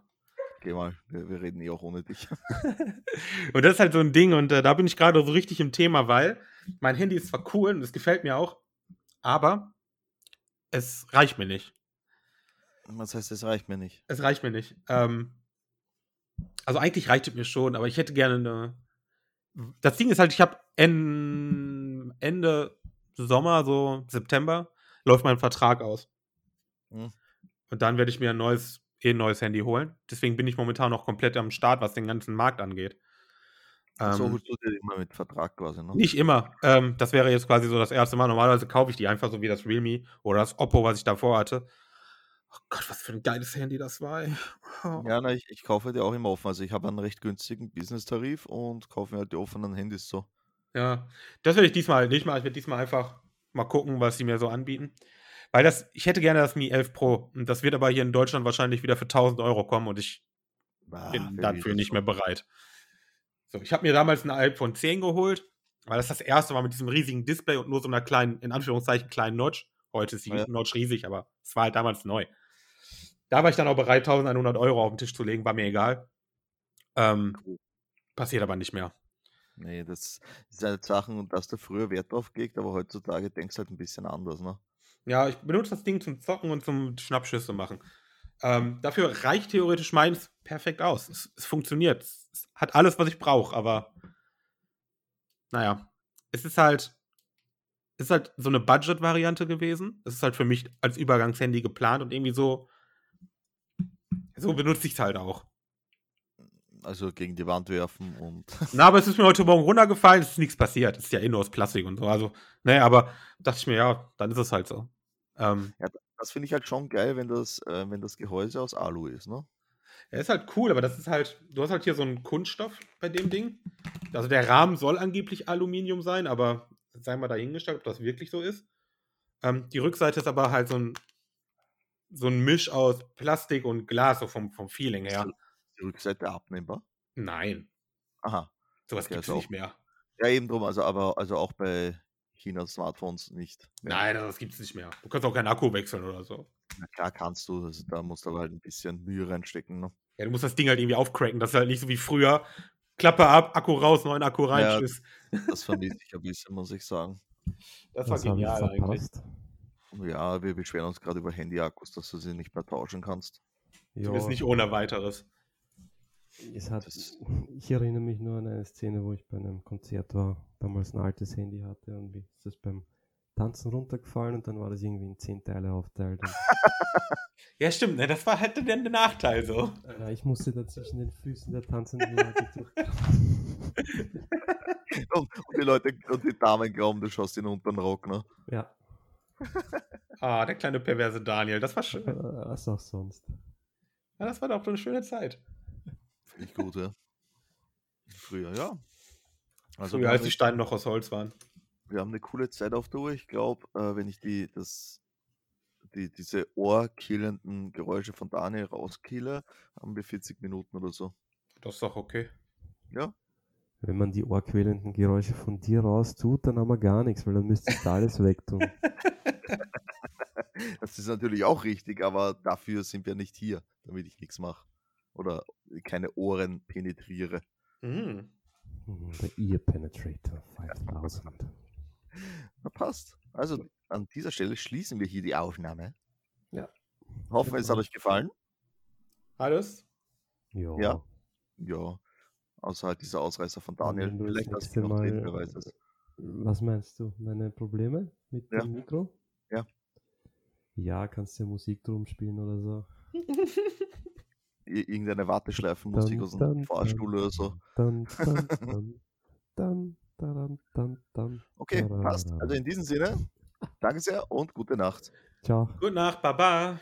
Speaker 1: Geh mal, wir, wir reden eh auch ohne dich.
Speaker 3: Und das ist halt so ein Ding und äh, da bin ich gerade so richtig im Thema, weil mein Handy ist zwar cool und es gefällt mir auch, aber es reicht mir nicht.
Speaker 1: Was heißt, das reicht mir nicht.
Speaker 3: Es reicht mir nicht. Ähm, also eigentlich reicht es mir schon, aber ich hätte gerne eine. Das Ding ist halt, ich habe en, Ende Sommer, so September, läuft mein Vertrag aus.
Speaker 1: Mhm.
Speaker 3: Und dann werde ich mir ein neues, eh ein neues Handy holen. Deswegen bin ich momentan noch komplett am Start, was den ganzen Markt angeht. Ähm,
Speaker 1: so holst du dir immer mit Vertrag quasi, ne?
Speaker 3: Nicht immer. Ähm, das wäre jetzt quasi so das erste Mal. Normalerweise kaufe ich die einfach so wie das Realme oder das Oppo, was ich davor hatte. Oh Gott, was für ein geiles Handy das war. Ey.
Speaker 1: Ja, na, ich, ich kaufe dir auch immer offen. Also ich habe einen recht günstigen Business-Tarif und kaufe mir halt die offenen Handys so.
Speaker 3: Ja, das werde ich diesmal nicht machen. Ich werde diesmal einfach mal gucken, was sie mir so anbieten. Weil das, ich hätte gerne das Mi 11 Pro. Und das wird aber hier in Deutschland wahrscheinlich wieder für 1000 Euro kommen und ich
Speaker 1: Ah,
Speaker 3: bin
Speaker 1: wer will
Speaker 3: dafür
Speaker 1: das
Speaker 3: nicht
Speaker 1: schon?
Speaker 3: mehr bereit. So, ich habe mir damals ein iPhone 10 geholt, weil das das erste war mit diesem riesigen Display und nur so einer kleinen, in Anführungszeichen, kleinen Notch. Heute ist die
Speaker 1: Ja.
Speaker 3: Notch riesig, aber es war halt damals neu. Da war ich dann auch bereit, 1100 Euro auf den Tisch zu legen, war mir egal. Ähm,
Speaker 1: Cool.
Speaker 3: passiert aber nicht mehr.
Speaker 1: Nee, das ist halt Sachen, und dass du früher Wert drauf gelegt, aber heutzutage denkst halt ein bisschen anders, ne?
Speaker 3: Ja, ich benutze das Ding zum Zocken und zum Schnappschüsse machen. Ähm, dafür reicht theoretisch meins perfekt aus. Es, es funktioniert. Es hat alles, was ich brauche, aber naja. Es ist halt, es ist halt so eine Budget-Variante gewesen. Es ist halt für mich als Übergangshandy geplant und irgendwie so, so benutze ich es halt auch.
Speaker 1: Also gegen die Wand werfen und
Speaker 3: Na, aber es ist mir heute Morgen runtergefallen, es ist nichts passiert. Es ist ja eh nur aus Plastik und so. Also, ne, aber dachte ich mir, ja, dann ist es halt so. Ähm,
Speaker 1: das finde ich halt schon geil, wenn das, äh, wenn das Gehäuse aus Alu ist, ne?
Speaker 3: Er ist halt cool, aber das ist halt, du hast halt hier so einen Kunststoff bei dem Ding. Also der Rahmen soll angeblich Aluminium sein, aber sei mal dahingestellt, ob das wirklich so ist. Ähm, die Rückseite ist aber halt so ein, so ein Misch aus Plastik und Glas, so vom, vom Feeling her.
Speaker 1: Die Rückseite abnehmbar.
Speaker 3: Nein,
Speaker 1: Aha.
Speaker 3: sowas
Speaker 1: Okay,
Speaker 3: gibt's
Speaker 1: also
Speaker 3: nicht mehr.
Speaker 1: Ja, eben drum, also aber also auch bei Chinas Smartphones nicht. mehr.
Speaker 3: Nein, also das gibt's nicht mehr. Du kannst auch keinen Akku wechseln oder so.
Speaker 1: Na klar kannst du, also da musst du aber halt ein bisschen Mühe reinstecken, ne?
Speaker 3: Ja, du musst das Ding halt irgendwie aufcracken. Das ist halt nicht so wie früher. Klappe ab, Akku raus, neuen Akku rein,
Speaker 1: Ja,
Speaker 3: tschüss.
Speaker 1: Das vermisse ich ein bisschen, muss ich sagen.
Speaker 3: Das war genial eigentlich.
Speaker 1: Ja, wir beschweren uns gerade über Handyakkus, dass du sie nicht mehr tauschen kannst.
Speaker 2: Ja,
Speaker 3: Zumindest nicht ohne weiteres.
Speaker 2: es hat,
Speaker 1: Das-
Speaker 2: ich erinnere mich nur an eine Szene, wo ich bei einem Konzert war, damals ein altes Handy hatte und mir ist das beim Tanzen runtergefallen und dann war das irgendwie in zehn Teile aufteilt. Und,
Speaker 3: Ja, stimmt, ne? das war halt der, der Nachteil so.
Speaker 2: ja, äh, ich musste da zwischen den Füßen der tanzenden Leute durch.
Speaker 1: Und, und die Leute und die Damen glauben, du schaust in den unteren Rock, ne?
Speaker 2: Ja,
Speaker 3: Ah, der kleine perverse Daniel, das war schön.
Speaker 2: äh, was auch sonst.
Speaker 3: Ja, das war doch eine schöne Zeit.
Speaker 1: Finde ich gut, ja. Früher, ja. Also
Speaker 3: Früher,
Speaker 1: wir,
Speaker 3: als
Speaker 1: haben,
Speaker 3: die
Speaker 1: echt-
Speaker 3: Steine noch aus Holz waren.
Speaker 1: wir haben eine coole Zeit auf der Uhr. Ich glaube, äh, wenn ich die, das, die, diese ohrkillenden Geräusche von Daniel rauskille, haben wir 40 Minuten oder so.
Speaker 3: Das ist doch okay.
Speaker 2: Wenn man die ohrquälenden Geräusche von dir raus tut, dann haben wir gar nichts, weil dann müsstest du alles wegtun.
Speaker 1: Das ist natürlich auch richtig, aber dafür sind wir nicht hier, damit ich nichts mache. Oder keine Ohren penetriere.
Speaker 3: Mhm.
Speaker 2: Der Ear Penetrator 5000.
Speaker 1: Na, passt. Also an dieser Stelle schließen wir hier die Aufnahme.
Speaker 2: Ja. Genau.
Speaker 1: Hoffen, es hat euch gefallen.
Speaker 3: Alles?
Speaker 2: Jo.
Speaker 1: Ja. Ja. Außer halt dieser Ausreißer von Daniel.
Speaker 2: Wenn du das
Speaker 1: Vielleicht hast
Speaker 2: nächste
Speaker 1: du noch drin,
Speaker 2: Mal,
Speaker 1: wer weiß es.
Speaker 2: Was meinst du? Meine Probleme mit
Speaker 1: Ja.
Speaker 2: dem Mikro?
Speaker 1: Ja.
Speaker 2: Ja, kannst ja Musik drum spielen oder so.
Speaker 1: Ir- Irgendeine Warteschleifenmusik
Speaker 2: Dun,
Speaker 1: aus
Speaker 2: dun,
Speaker 1: dem Fahrstuhl oder so.
Speaker 2: Dann, dann, dann, dann, dann, dann, dann.
Speaker 1: Okay, passt. Also in diesem Sinne, danke sehr und gute Nacht.
Speaker 2: Ciao.
Speaker 3: Gute Nacht, Baba.